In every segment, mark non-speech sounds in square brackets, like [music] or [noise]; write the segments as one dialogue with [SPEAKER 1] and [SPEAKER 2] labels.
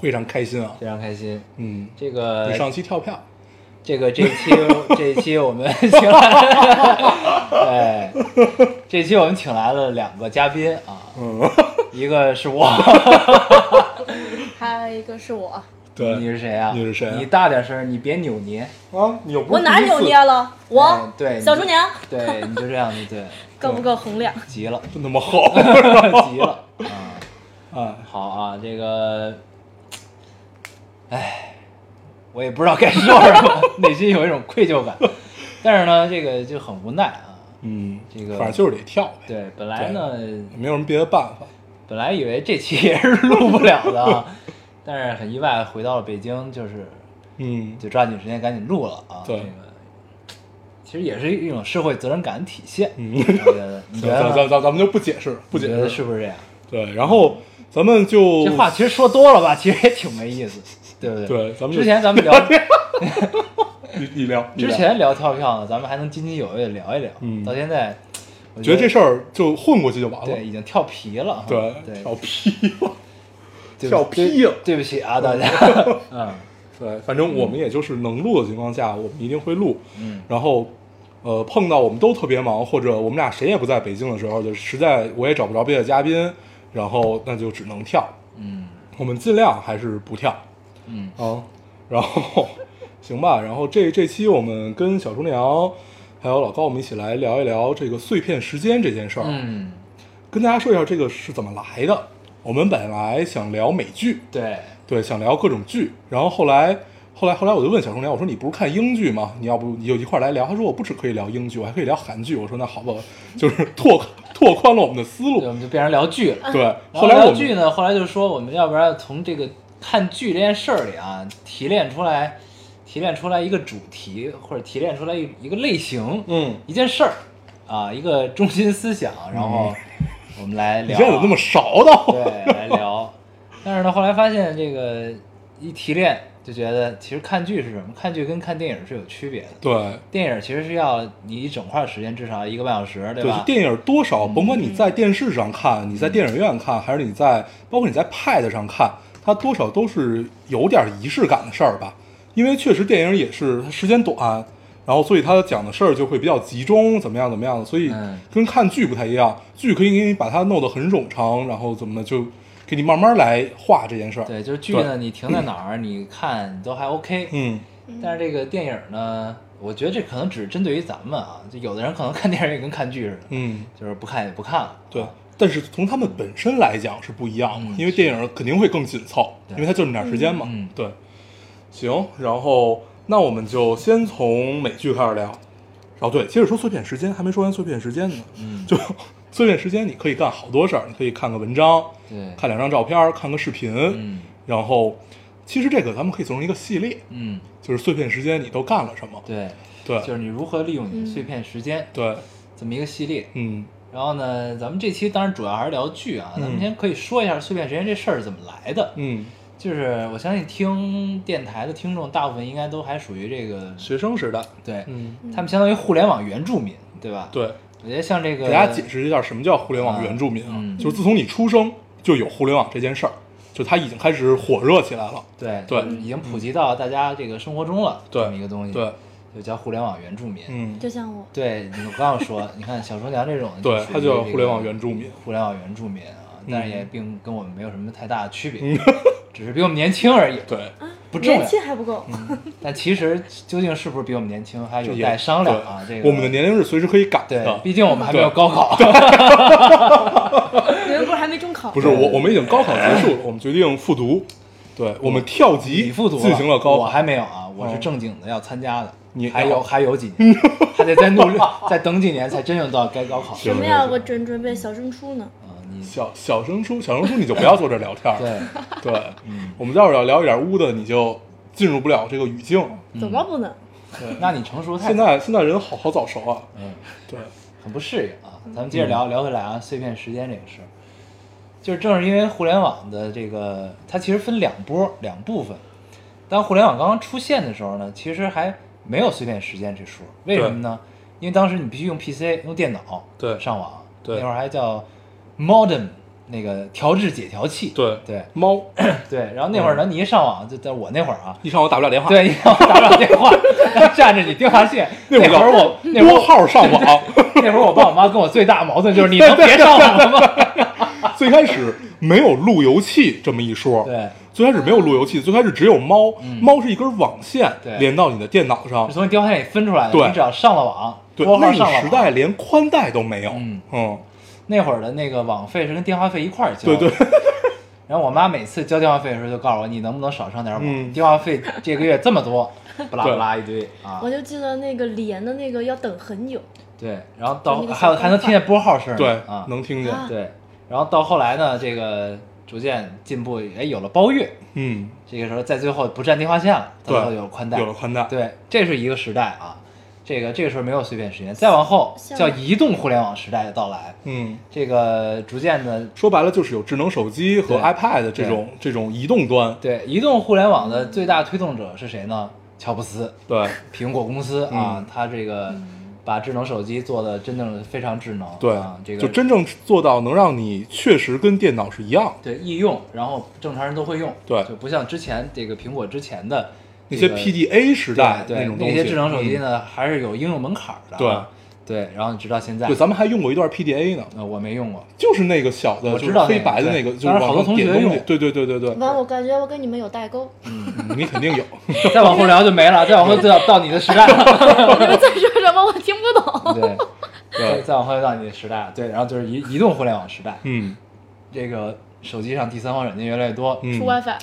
[SPEAKER 1] 非常开心啊！
[SPEAKER 2] 非常开心。
[SPEAKER 1] 嗯，
[SPEAKER 2] 这
[SPEAKER 1] 比上
[SPEAKER 2] 个
[SPEAKER 1] 期跳票，
[SPEAKER 2] 这个这一期这一期
[SPEAKER 1] [laughs]
[SPEAKER 2] 我们请来了，哎，这期我们请来了两个嘉宾啊，
[SPEAKER 1] 嗯，
[SPEAKER 2] 一个
[SPEAKER 1] [laughs]
[SPEAKER 2] 是我，
[SPEAKER 3] 还有一个是我，
[SPEAKER 1] 对，
[SPEAKER 2] 你是谁啊？
[SPEAKER 1] 你是谁啊
[SPEAKER 2] 你大点声，你别扭捏。
[SPEAKER 1] 啊，你又不
[SPEAKER 3] 我
[SPEAKER 1] 是
[SPEAKER 3] 哪
[SPEAKER 1] 第一次
[SPEAKER 3] 扭捏？了？我、
[SPEAKER 2] 哎对
[SPEAKER 3] 小厨娘
[SPEAKER 2] [laughs] 对，你就这样
[SPEAKER 3] [laughs]
[SPEAKER 2] 就对，
[SPEAKER 3] 够不够洪亮？
[SPEAKER 2] 急
[SPEAKER 1] [laughs]
[SPEAKER 2] 了，
[SPEAKER 1] 真他妈好
[SPEAKER 2] 急了啊！
[SPEAKER 1] 啊！
[SPEAKER 2] 好啊，这个，哎，我也不知道该说什
[SPEAKER 1] [laughs]
[SPEAKER 2] 么，内心有一种愧疚感，但是呢，这个就很无奈啊。
[SPEAKER 1] 嗯，
[SPEAKER 2] 这个
[SPEAKER 1] 反正就是得跳呗，
[SPEAKER 2] 对，本来呢，
[SPEAKER 1] 没有什么别的办法。
[SPEAKER 2] 本来以为这期也是录不了的啊， [laughs] 但是很意外，回到了北京，就是
[SPEAKER 1] 嗯，
[SPEAKER 2] 就抓紧时间赶紧录了啊。
[SPEAKER 1] 对
[SPEAKER 2] 这个其实也是一种社会责任感的体现。
[SPEAKER 1] 嗯
[SPEAKER 2] 我觉得，你觉
[SPEAKER 1] 咱咱
[SPEAKER 2] 得
[SPEAKER 1] 咱
[SPEAKER 2] 呢
[SPEAKER 1] 咱咱们就不解释了，不
[SPEAKER 2] 你
[SPEAKER 1] 解哦
[SPEAKER 2] 觉得
[SPEAKER 1] 释
[SPEAKER 2] 是不是这样？
[SPEAKER 1] 对，然后咱们就
[SPEAKER 2] 这话其实说多了吧，其实也挺没意思，对不对？
[SPEAKER 1] 对咱们就
[SPEAKER 2] 之前咱们聊
[SPEAKER 1] 你你聊，你
[SPEAKER 2] 之
[SPEAKER 1] 聊
[SPEAKER 2] 前聊跳票呢，咱们还能津津有味的聊一聊。
[SPEAKER 1] 嗯
[SPEAKER 2] 到现在，我
[SPEAKER 1] 觉得这事儿就混过去就完
[SPEAKER 2] 对
[SPEAKER 1] 了。
[SPEAKER 2] 已经跳皮了哈。
[SPEAKER 1] 对，
[SPEAKER 2] 对，
[SPEAKER 1] 跳屁了。
[SPEAKER 2] 对
[SPEAKER 1] 跳皮了
[SPEAKER 2] 对对不起啊，大家。嗯
[SPEAKER 1] 对，呃反正我们也就是能录的情况下，我们一定会录。
[SPEAKER 2] 嗯，
[SPEAKER 1] 然后，呃，碰到我们都特别忙，或者我们俩谁也不在北京的时候，就实在我也找不着别的嘉宾，然后那就只能跳。
[SPEAKER 2] 嗯
[SPEAKER 1] 我们尽量还是不跳
[SPEAKER 2] 嗯，
[SPEAKER 1] 啊。然后，行吧。然后这这期我们跟小厨娘还有老高，我们一起来聊一聊这个碎片时间这件事儿。
[SPEAKER 2] 嗯，
[SPEAKER 1] 跟大家说一下这个是怎么来的。我们本来想聊美剧，
[SPEAKER 2] [laughs] 对，
[SPEAKER 1] 对，想聊各种剧。然后后来，后来，后来我就问小厨娘，我说你不是看英剧吗？你要不你就一块儿来聊？他说我不只可以聊英剧，我还可以聊韩剧。我说那好吧，就是 [laughs] 拓拓宽了我们的思
[SPEAKER 2] 对
[SPEAKER 1] 路
[SPEAKER 2] 我。们就变成聊剧了。
[SPEAKER 1] 对，
[SPEAKER 2] 然
[SPEAKER 1] 后来
[SPEAKER 2] 聊
[SPEAKER 1] 我
[SPEAKER 2] 剧
[SPEAKER 1] 们
[SPEAKER 2] 呢，后来就说我们要不然从这个看剧这件事儿里啊，提炼出来，提炼出来一个主题，或者提炼出来一一个类型，
[SPEAKER 1] 嗯，
[SPEAKER 2] 一件事儿啊，一个中心思想，然后我们来
[SPEAKER 1] 你
[SPEAKER 2] 聊。啊
[SPEAKER 1] 现嗯在怎么那么勺叨？
[SPEAKER 2] 对，来
[SPEAKER 1] [laughs]
[SPEAKER 2] 聊。但是呢，后来发现这个一提炼，就觉得其实看剧是什么？看剧跟看电影是有区别的。
[SPEAKER 1] 对，
[SPEAKER 2] 电影其实是要你一整块儿时间，至少一个半小时，
[SPEAKER 1] 对，
[SPEAKER 2] 吧嗯
[SPEAKER 1] 就？电影多少，甭管你在电视上看，你在电影院看，还是你在包括你在 Pad 上看，它多少都是有点仪式感的事儿吧。因为确实电影也是它时间短，然后所以它讲的事儿就会比较集中，怎么样怎么样的，所以
[SPEAKER 2] 嗯
[SPEAKER 1] 跟看剧不太一样。剧可以给你把它弄得很冗长，然后怎么的就给你慢慢来画这件事儿。
[SPEAKER 2] 对，就是剧呢，你停在哪儿，你看都还 OK。
[SPEAKER 1] 嗯，
[SPEAKER 2] 但是这个电影呢，我觉得这可能只是针对于咱们啊，就有的人可能看电影也跟看剧似的，
[SPEAKER 1] 嗯，
[SPEAKER 2] 就是不看也不看了。
[SPEAKER 1] 对。但是从他们本身来讲是不一样的，因为电影肯定会更紧凑，因为它就那么点儿时间嘛。
[SPEAKER 2] 嗯嗯嗯
[SPEAKER 1] 对。行，然后那我们就先从美剧开始聊。哦，对，接着说碎片时间，还没说完碎片时间呢。
[SPEAKER 2] 嗯
[SPEAKER 1] 就 [laughs] 碎片时间，你可以干好多事儿，你可以看个文章，
[SPEAKER 2] 对，
[SPEAKER 1] 看两张照片，看个视频。
[SPEAKER 2] 嗯
[SPEAKER 1] 然后，其实这个咱们可以做成一个系列，
[SPEAKER 2] 嗯，
[SPEAKER 1] 就是碎片时间你都干了什么。
[SPEAKER 2] 对，
[SPEAKER 1] 对
[SPEAKER 2] 就是你如何利用你的碎片时间
[SPEAKER 1] 对，
[SPEAKER 2] 这么一个系列。
[SPEAKER 1] 嗯
[SPEAKER 2] 然后呢，咱们这期当然主要还是聊剧啊，
[SPEAKER 1] 嗯
[SPEAKER 2] 咱们先可以说一下碎片时间这事儿怎么来的。
[SPEAKER 1] 嗯，
[SPEAKER 2] 就是我相信听电台的听众大部分应该都还属于这个，
[SPEAKER 1] 学生时代。
[SPEAKER 2] 对、
[SPEAKER 1] 嗯，
[SPEAKER 2] 他们相当于互联网原住民，对吧？，
[SPEAKER 1] 对。
[SPEAKER 2] 我觉得像这个
[SPEAKER 1] 给大家解释一下什么叫互联网原住民啊？
[SPEAKER 2] 嗯
[SPEAKER 1] 就是自从你出生就有互联网这件事儿，就它已经开始火热起来了。
[SPEAKER 2] 对
[SPEAKER 1] 对
[SPEAKER 2] 就是已经普及到大家这个生活中了，
[SPEAKER 1] 对
[SPEAKER 2] 这么一个东西，
[SPEAKER 1] 对，
[SPEAKER 2] 就叫互联网原住民。
[SPEAKER 1] 嗯，
[SPEAKER 3] 就像我，
[SPEAKER 2] 对，你我刚要说，你看小厨娘这种，
[SPEAKER 1] 对，它
[SPEAKER 2] 就
[SPEAKER 1] 叫
[SPEAKER 2] 属于这个
[SPEAKER 1] 互联网原住民。
[SPEAKER 2] 互联网原住民啊，但是
[SPEAKER 1] 嗯
[SPEAKER 2] 也并跟我们没有什么太大的区别，只是比我们年轻而已，
[SPEAKER 1] 对，
[SPEAKER 2] 不重要嗯
[SPEAKER 3] 年。纪还不够，
[SPEAKER 2] 但其实究竟是不是比我们年轻，还
[SPEAKER 1] 这
[SPEAKER 2] 有
[SPEAKER 1] 也
[SPEAKER 2] 待商量啊。
[SPEAKER 1] 对
[SPEAKER 2] 这个
[SPEAKER 1] 我们的年啊龄是随时可以改
[SPEAKER 2] 对，
[SPEAKER 1] 的。
[SPEAKER 2] 毕竟我们还没有高考。
[SPEAKER 3] 你们不是还没中考？
[SPEAKER 1] 不是我，我们已经高考结束了，我们决定复读。对，我们跳级
[SPEAKER 2] 哦你复读
[SPEAKER 1] 进行了高考。
[SPEAKER 2] 我还没有啊，我是
[SPEAKER 1] 嗯
[SPEAKER 2] 正经的要参加的。
[SPEAKER 1] 你
[SPEAKER 2] 还有还有几年，还得
[SPEAKER 1] [laughs]
[SPEAKER 2] 再努力，再等几年才真正到该高考。
[SPEAKER 3] 什么呀？我准准备小升初呢。
[SPEAKER 2] 啊，你
[SPEAKER 1] 小小升初，小升初你就不要坐这儿聊天儿。
[SPEAKER 2] 对嗯
[SPEAKER 1] 对，我们待会儿要聊一点污的，你就进入不了这个语境。
[SPEAKER 2] 嗯
[SPEAKER 3] 怎么不能？
[SPEAKER 1] 对，
[SPEAKER 2] 那你成熟太
[SPEAKER 1] 现
[SPEAKER 2] 早，
[SPEAKER 1] 在现在人好好早熟啊。
[SPEAKER 2] 嗯，
[SPEAKER 1] 对，
[SPEAKER 2] 很不适应啊。咱们接着聊、聊回来啊，碎片时间这个事儿，就是正是因为互联网的这个，它其实分两波两部分。当互联网刚刚出现的时候呢，其实还没有碎片时间这说，为什么呢？因为当时你必须用 PC 用电脑
[SPEAKER 1] 对
[SPEAKER 2] 上网，
[SPEAKER 1] 对
[SPEAKER 2] 那会儿还叫 modem 那个调制解调器，
[SPEAKER 1] 对
[SPEAKER 2] 对
[SPEAKER 1] 猫
[SPEAKER 2] 对。然后那会儿呢，你一上网就在我那会儿啊，
[SPEAKER 1] 一上午打不了电话，
[SPEAKER 2] 对，要打不了电话， [laughs] 占着你电话线。那
[SPEAKER 1] [laughs] 那
[SPEAKER 2] 会儿
[SPEAKER 1] 叫
[SPEAKER 2] 我 [laughs] 那会儿
[SPEAKER 1] 拨
[SPEAKER 2] 我
[SPEAKER 1] 号上网。
[SPEAKER 2] [laughs] 那会儿我爸我妈跟我最大矛盾就是你能别上网
[SPEAKER 1] [laughs]
[SPEAKER 2] 了吗？
[SPEAKER 1] 最开始没有路由器这么一说，
[SPEAKER 2] 对，
[SPEAKER 1] 最开始没有路由器，最开始只有猫，
[SPEAKER 2] 嗯
[SPEAKER 1] 猫是一根网线
[SPEAKER 2] 对
[SPEAKER 1] 连到你的电脑上
[SPEAKER 2] 是。从你电话线里分出来的，
[SPEAKER 1] 对
[SPEAKER 2] 你只要上了网，
[SPEAKER 1] 对，
[SPEAKER 2] 拨
[SPEAKER 1] 那
[SPEAKER 2] 号
[SPEAKER 1] 个
[SPEAKER 2] 上了
[SPEAKER 1] 时
[SPEAKER 2] 网
[SPEAKER 1] 代连宽带都没有。
[SPEAKER 2] 嗯
[SPEAKER 1] 嗯，
[SPEAKER 2] 那会儿的那个网费是跟电话费一块儿交。
[SPEAKER 1] 对对。
[SPEAKER 2] [laughs] 然后我妈每次交电话费的时候就告诉我，你能不能少上点网？
[SPEAKER 1] 嗯
[SPEAKER 2] 电话费这个月这
[SPEAKER 1] [laughs]
[SPEAKER 2] 么多，不拉不拉一堆啊
[SPEAKER 3] 我。就记得那个连的那个要等很久，
[SPEAKER 2] 对，然后
[SPEAKER 3] 就
[SPEAKER 2] 到
[SPEAKER 3] 那个
[SPEAKER 2] 还有
[SPEAKER 3] 小
[SPEAKER 2] 还能
[SPEAKER 3] 方
[SPEAKER 2] 听见拨号声呢，
[SPEAKER 1] 对，
[SPEAKER 2] 啊，
[SPEAKER 1] 能听见。
[SPEAKER 3] 啊
[SPEAKER 2] 对。然后到后来呢，这个逐渐进步，哎，有了包月，
[SPEAKER 1] 嗯，
[SPEAKER 2] 这个时候在最后不占电话线了，到
[SPEAKER 1] 对
[SPEAKER 2] 最后有了宽带，
[SPEAKER 1] 有了宽带。
[SPEAKER 2] 对，这是一个时代啊。这个这个时候没有碎片时间，再往后
[SPEAKER 3] 像
[SPEAKER 2] 叫移动互联网时代的到来，
[SPEAKER 1] 嗯，
[SPEAKER 2] 这个逐渐的，
[SPEAKER 1] 说白了就是有智能手机和
[SPEAKER 2] 对
[SPEAKER 1] iPad 这种这种移动端。
[SPEAKER 2] 对移动互联网的最大推动者是谁呢？乔布斯，
[SPEAKER 1] 对
[SPEAKER 2] 苹果公司啊
[SPEAKER 1] 嗯，
[SPEAKER 2] 他这个把智能手机做的真正的非常智能，
[SPEAKER 1] 对
[SPEAKER 2] 啊，，这个
[SPEAKER 1] 就真正做到能让你确实跟电脑是一样。
[SPEAKER 2] 对易用，然后正常人都会用，
[SPEAKER 1] 对
[SPEAKER 2] 就不像之前这个苹果之前的
[SPEAKER 1] 那些
[SPEAKER 2] 这个
[SPEAKER 1] PDA 时代
[SPEAKER 2] 对对
[SPEAKER 1] 种东
[SPEAKER 2] 那
[SPEAKER 1] 西，
[SPEAKER 2] 些智能手机
[SPEAKER 1] 嗯
[SPEAKER 2] 呢，还是有应用门槛儿的啊，对对，然后直到现在，
[SPEAKER 1] 对，咱们还用过一段 PDA 呢，
[SPEAKER 2] 呃，我没用过，
[SPEAKER 1] 就是那个小的，就
[SPEAKER 2] 我知
[SPEAKER 1] 是
[SPEAKER 2] 道那
[SPEAKER 1] 黑
[SPEAKER 2] 个
[SPEAKER 1] 白的
[SPEAKER 2] 对
[SPEAKER 1] 那个，就是
[SPEAKER 2] 当然好
[SPEAKER 1] 往上
[SPEAKER 2] 多同
[SPEAKER 1] 点
[SPEAKER 2] 学
[SPEAKER 1] 东西
[SPEAKER 2] 用。
[SPEAKER 1] 对对对对
[SPEAKER 3] [laughs]
[SPEAKER 1] 对，
[SPEAKER 2] 嗯
[SPEAKER 3] 完我感觉我跟你们有代沟，
[SPEAKER 1] 嗯你肯定有。
[SPEAKER 2] [laughs] 再往后聊就没了，再往后就要到你的时代
[SPEAKER 1] [laughs]
[SPEAKER 2] 了。
[SPEAKER 3] 你们在说什么我听不懂。
[SPEAKER 2] 对，
[SPEAKER 1] 对，
[SPEAKER 2] 再往后就到你的时代了。对，然后就是移移动互联网时代，
[SPEAKER 1] 嗯
[SPEAKER 2] 这个手机上第三方软件越来越多。
[SPEAKER 1] 嗯
[SPEAKER 3] 出，WiFi，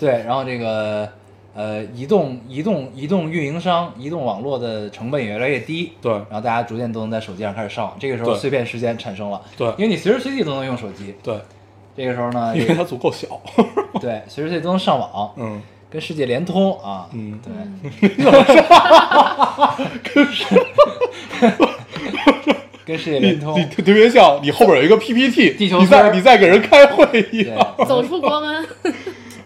[SPEAKER 2] 对，然后这个呃，移动移动移动运营商、移动网络的成本也越来越低。
[SPEAKER 1] 对
[SPEAKER 2] 然后大家逐渐都能在手机上开始上网，这个时候
[SPEAKER 1] 对
[SPEAKER 2] 碎片时间产生了。
[SPEAKER 1] 对
[SPEAKER 2] 因为你随时随地都能用手机，
[SPEAKER 1] 对，
[SPEAKER 2] 这个时候
[SPEAKER 1] [laughs]
[SPEAKER 2] 呢，
[SPEAKER 1] 因
[SPEAKER 2] 这
[SPEAKER 1] 为
[SPEAKER 2] 个
[SPEAKER 1] 它足够小。
[SPEAKER 2] 对，随时随地都能上网，
[SPEAKER 1] 嗯
[SPEAKER 2] 跟世界联通啊。
[SPEAKER 1] 嗯，
[SPEAKER 2] 对，跟世界
[SPEAKER 1] 你
[SPEAKER 2] 联通，
[SPEAKER 1] 你特别像你后边有一个 PPT，
[SPEAKER 2] 地球
[SPEAKER 1] 你
[SPEAKER 2] 村
[SPEAKER 1] 在
[SPEAKER 2] 儿
[SPEAKER 1] 你在给人开会一
[SPEAKER 2] 对
[SPEAKER 1] 样。，
[SPEAKER 3] 走出国门，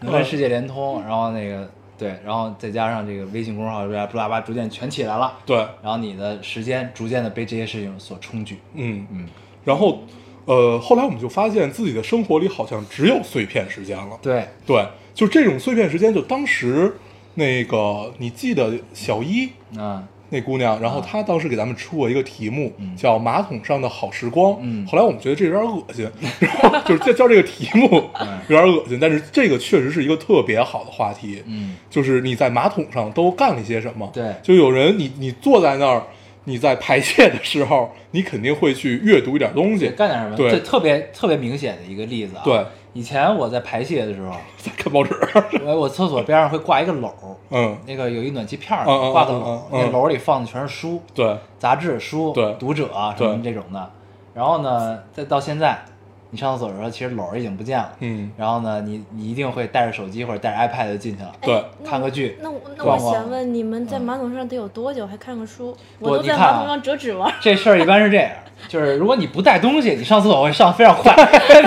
[SPEAKER 2] 能跟世界联通，然后那个对，然后再加上这个微信公众号，巴拉巴拉逐渐全起来了，
[SPEAKER 1] 对，
[SPEAKER 2] 然后你的时间逐渐的被这些事情所冲聚。
[SPEAKER 1] 嗯
[SPEAKER 2] 嗯，
[SPEAKER 1] 然后呃，后来我们就发现自己的生活里好像只有碎片时间了。
[SPEAKER 2] 对，
[SPEAKER 1] 对，就这种碎片时间，就当时那个你记得小一
[SPEAKER 2] 嗯，
[SPEAKER 1] 那姑娘，然后她当时给咱们出过一个题目，叫“马桶上的好时光”。
[SPEAKER 2] 嗯
[SPEAKER 1] 后来我们觉得这有点恶心， [laughs] 然后就是叫叫这个题目
[SPEAKER 2] 哎
[SPEAKER 1] 有点恶心，但是这个确实是一个特别好的话题。
[SPEAKER 2] 嗯，
[SPEAKER 1] 就是你在马桶上都干了些什么？
[SPEAKER 2] 对
[SPEAKER 1] 就有人你你坐在那儿，你在排泄的时候，你肯定会去阅读一点东西
[SPEAKER 2] 得，干点什么？
[SPEAKER 1] 对
[SPEAKER 2] 这特别特别明显的一个例子啊。
[SPEAKER 1] 对，
[SPEAKER 2] 以前我在排泄的时候，
[SPEAKER 1] 在看报纸。 [laughs]
[SPEAKER 2] 我我厕所边上会挂一个篓儿，
[SPEAKER 1] 嗯，
[SPEAKER 2] 那个有一暖气片儿，
[SPEAKER 1] 嗯嗯嗯
[SPEAKER 2] 挂个篓
[SPEAKER 1] 嗯
[SPEAKER 2] 儿，
[SPEAKER 1] 嗯嗯
[SPEAKER 2] 那篓儿里放的全是书、
[SPEAKER 1] 对，
[SPEAKER 2] 杂志、书、
[SPEAKER 1] 对
[SPEAKER 2] 读者啊什么这种的。然后呢，再到现在，你上厕所的时候，其实篓儿已经不见了。
[SPEAKER 1] 嗯，
[SPEAKER 2] 然后呢，你你一定会带着手机或者带着 iPad 就进去
[SPEAKER 3] 哎
[SPEAKER 2] 了，
[SPEAKER 1] 对，
[SPEAKER 2] [laughs] 看个剧。
[SPEAKER 3] 那我那
[SPEAKER 2] 逛
[SPEAKER 3] 我
[SPEAKER 2] 逛
[SPEAKER 3] 想问你们在马桶上得有多久？还看个书？
[SPEAKER 2] 不
[SPEAKER 3] 我都
[SPEAKER 2] 你
[SPEAKER 3] 在
[SPEAKER 2] 看啊
[SPEAKER 3] 马桶上折纸玩儿。
[SPEAKER 2] 这事儿一般
[SPEAKER 3] [laughs]
[SPEAKER 2] 是这样，就是如果你不带东西，你上厕所会上得非
[SPEAKER 1] [laughs]
[SPEAKER 2] 常快，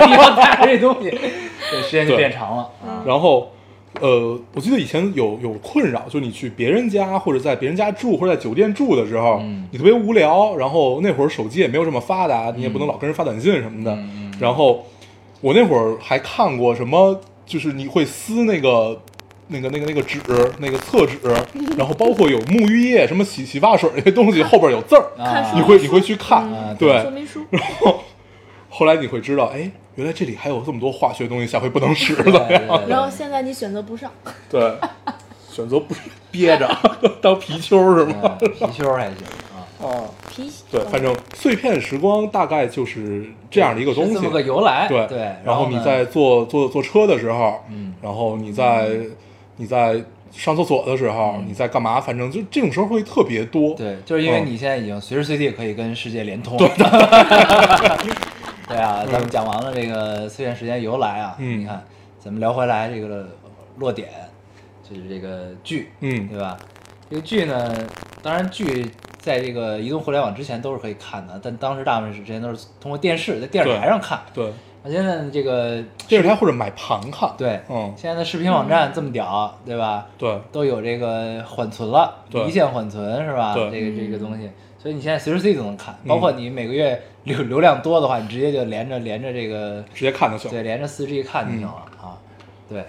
[SPEAKER 2] 你要带着这东西，对，时间就
[SPEAKER 1] 对
[SPEAKER 2] 变长了。啊
[SPEAKER 1] 然后，呃，我记得以前有有困扰，就你去别人家或者在别人家住或者在酒店住的时候，
[SPEAKER 2] 嗯
[SPEAKER 1] 你特别无聊，然后那会儿手机也没有这么发达，你也不能老跟人发短信什么的。
[SPEAKER 2] 嗯
[SPEAKER 1] 然后我那会儿还看过什么，就是你会撕那个。那个、那个、那个纸，那个厕纸，然后包括有沐浴液、什么洗洗发水那些东西，后边有字儿，
[SPEAKER 3] 看
[SPEAKER 2] [laughs] 啊
[SPEAKER 3] 书
[SPEAKER 1] 你会你会去看，
[SPEAKER 2] 嗯
[SPEAKER 1] 对
[SPEAKER 3] 说，明书。
[SPEAKER 1] 后来你会知道，哎，原来这里还有这么多化学东西，下回不能使
[SPEAKER 2] 对
[SPEAKER 1] 了。
[SPEAKER 2] 对对
[SPEAKER 3] 然后现在你选择不上，
[SPEAKER 1] 对，选择不是憋着 [laughs] 当皮丘是吗？
[SPEAKER 2] 嗯貔貅还行啊，
[SPEAKER 1] 啊，
[SPEAKER 3] 皮
[SPEAKER 1] 对，反正碎片时光大概就是这样的一个东
[SPEAKER 2] 是
[SPEAKER 1] 西
[SPEAKER 2] 这么。个由来。
[SPEAKER 1] 对
[SPEAKER 2] 对，
[SPEAKER 1] 然后
[SPEAKER 2] 呢
[SPEAKER 1] 你在坐坐坐车的时候，
[SPEAKER 2] 嗯
[SPEAKER 1] 然后你在你在上厕所的时候，你在干嘛？反正就这种时候会特别多。
[SPEAKER 2] 嗯对，就是因为
[SPEAKER 1] 嗯
[SPEAKER 2] 你现在已经随时随地可以跟世界联通。 [laughs] 对啊，咱们讲完了这个碎片时间由来啊，
[SPEAKER 1] 嗯
[SPEAKER 2] 你看，咱们聊回来这个落点，就是这个剧，
[SPEAKER 1] 嗯
[SPEAKER 2] 对吧？这个剧呢，当然剧在这个移动互联网之前都是可以看的，但当时大部分时间都是通过电视在电视台上看。
[SPEAKER 1] 对，
[SPEAKER 2] 那现在这个
[SPEAKER 1] 电视台或者买盘看，，
[SPEAKER 2] 对，
[SPEAKER 1] 嗯，
[SPEAKER 2] 现在的视频网站这么屌，对吧？
[SPEAKER 1] 对，
[SPEAKER 2] 都有这个缓存了，
[SPEAKER 1] 对
[SPEAKER 2] 离线缓存是吧？
[SPEAKER 1] 对嗯
[SPEAKER 2] 这个这个东西，所以你现在随时随地都能看，包括你每个月流流量多的话，你直接就连着连着这个，
[SPEAKER 1] 直接看就行。
[SPEAKER 2] 对，连着四 G 看就行了、
[SPEAKER 1] 嗯
[SPEAKER 2] 啊。对，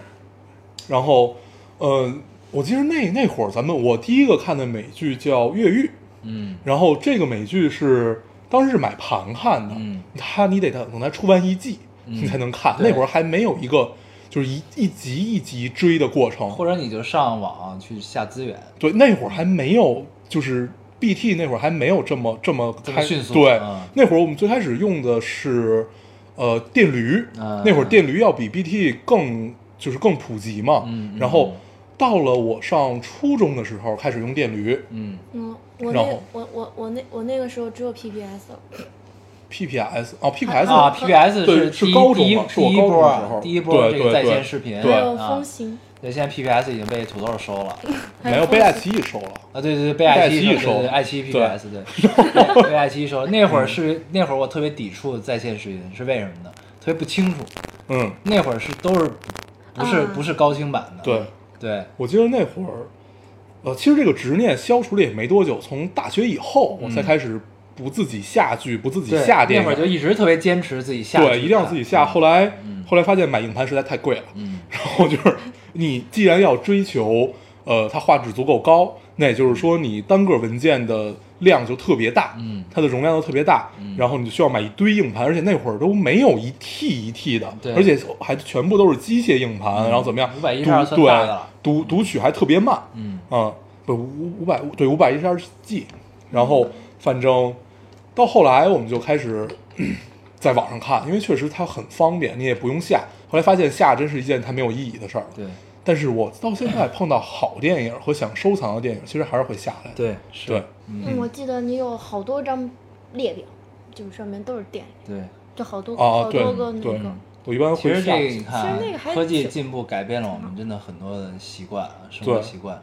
[SPEAKER 1] 然后，呃，我记得那那会儿咱们我第一个看的美剧叫《越狱》，
[SPEAKER 2] 嗯
[SPEAKER 1] 然后这个美剧是当时是买盘看的，
[SPEAKER 2] 嗯
[SPEAKER 1] 它你得等它出完一季、
[SPEAKER 2] 嗯
[SPEAKER 1] 你才能看，
[SPEAKER 2] 对
[SPEAKER 1] 那会儿还没有一个就是一一集一集追的过程，
[SPEAKER 2] 或者你就上网去下资源，
[SPEAKER 1] 对，那会儿还没有就是 BT 那会儿还没有这么这么
[SPEAKER 2] 这么
[SPEAKER 1] 开
[SPEAKER 2] 迅速
[SPEAKER 1] 对、
[SPEAKER 2] 嗯
[SPEAKER 1] 那会儿我们最开始用的是呃电驴、
[SPEAKER 2] 嗯
[SPEAKER 1] 那会儿电驴要比 BT 更就是更普及嘛，
[SPEAKER 2] 嗯嗯
[SPEAKER 1] 然后。到了我上初中的时候，开始用电驴
[SPEAKER 2] 嗯，
[SPEAKER 3] 嗯，我
[SPEAKER 1] 然
[SPEAKER 3] 那
[SPEAKER 1] 后
[SPEAKER 3] 我我我那我那个时候只有 PPS 了，
[SPEAKER 1] ，PPS 哦，PPS
[SPEAKER 2] 啊，PBS
[SPEAKER 1] 对
[SPEAKER 2] 是
[SPEAKER 1] 是
[SPEAKER 2] 第一
[SPEAKER 1] 高中
[SPEAKER 2] 第一
[SPEAKER 1] 嘛是我
[SPEAKER 2] 第一
[SPEAKER 1] 高中
[SPEAKER 2] 波
[SPEAKER 1] 的时候
[SPEAKER 2] 第一波
[SPEAKER 1] 对
[SPEAKER 2] 这个
[SPEAKER 1] 对
[SPEAKER 2] 在线
[SPEAKER 1] 对
[SPEAKER 2] 视频，
[SPEAKER 3] 还有
[SPEAKER 2] 啊
[SPEAKER 3] 哎风，行，
[SPEAKER 2] 对，现在 PBS 已经被土豆收了。
[SPEAKER 3] 还
[SPEAKER 1] 没有
[SPEAKER 3] 风
[SPEAKER 1] 被
[SPEAKER 3] 行
[SPEAKER 1] 爱奇艺收了，
[SPEAKER 2] 啊，对对对，被
[SPEAKER 1] 爱
[SPEAKER 2] 爱
[SPEAKER 1] 奇艺
[SPEAKER 2] 收，对
[SPEAKER 1] 收
[SPEAKER 2] 对爱奇艺
[SPEAKER 1] 对
[SPEAKER 2] PBS
[SPEAKER 1] [laughs]
[SPEAKER 2] 对，被爱奇艺收。那会儿是那会儿我特别抵触在线视频，是为什么呢？特别不清楚。
[SPEAKER 1] 嗯，
[SPEAKER 2] 那会儿是都是不是
[SPEAKER 3] 啊
[SPEAKER 2] 不是高清版的，
[SPEAKER 1] 对，
[SPEAKER 2] 对，
[SPEAKER 1] 我记得那会儿，呃，其实这个执念消除了也没多久，从大学以后我才
[SPEAKER 2] 嗯
[SPEAKER 1] 开始不自己下剧，不自己
[SPEAKER 2] 对
[SPEAKER 1] 下电
[SPEAKER 2] 那
[SPEAKER 1] 影
[SPEAKER 2] 会儿，就一直特别坚持自己下，
[SPEAKER 1] 对，一定要自己下。后
[SPEAKER 2] 来，
[SPEAKER 1] 来
[SPEAKER 2] 嗯
[SPEAKER 1] 后来发现买硬盘实在太贵了，
[SPEAKER 2] 嗯，
[SPEAKER 1] [laughs] 然后就是你既然要追求呃它画质足够高，那也就是说你单个文件的量就特别大，
[SPEAKER 2] 嗯
[SPEAKER 1] 它的容量就特别大，
[SPEAKER 2] 嗯
[SPEAKER 1] 然后你就需要买一堆硬盘，而且那会儿都没有一 T 一 T 的
[SPEAKER 2] 对，嗯
[SPEAKER 1] 而且还全部都是机械硬盘，然后怎么样，读
[SPEAKER 2] 512算大的了
[SPEAKER 1] 对，读读取还特别慢，
[SPEAKER 2] 嗯
[SPEAKER 1] 啊，不五五百对五百一十二 G，然后
[SPEAKER 2] 嗯
[SPEAKER 1] 反正到后来我们就开始在网上看，因为确实它很方便，你也不用下。后来发现下真是一件太没有意义的事儿了。
[SPEAKER 2] 对
[SPEAKER 1] 但是我到现在碰到好电影和想收藏的电影，其实还是会下来的。
[SPEAKER 2] 对
[SPEAKER 1] 对，
[SPEAKER 3] 嗯，我记得你有好多张列表，就是上面都是电影，
[SPEAKER 2] 对。
[SPEAKER 3] 就好多、
[SPEAKER 1] 啊
[SPEAKER 3] 好
[SPEAKER 1] 对
[SPEAKER 3] 多个那
[SPEAKER 1] 对
[SPEAKER 3] 个，
[SPEAKER 1] 我一般
[SPEAKER 2] 其
[SPEAKER 1] 会
[SPEAKER 2] 实
[SPEAKER 1] 下
[SPEAKER 2] 这个你看啊
[SPEAKER 3] 其实那个，还
[SPEAKER 2] 科技
[SPEAKER 3] 挺
[SPEAKER 2] 进步改变了我们真的很多的习惯啊，生活
[SPEAKER 1] 对
[SPEAKER 2] 习惯。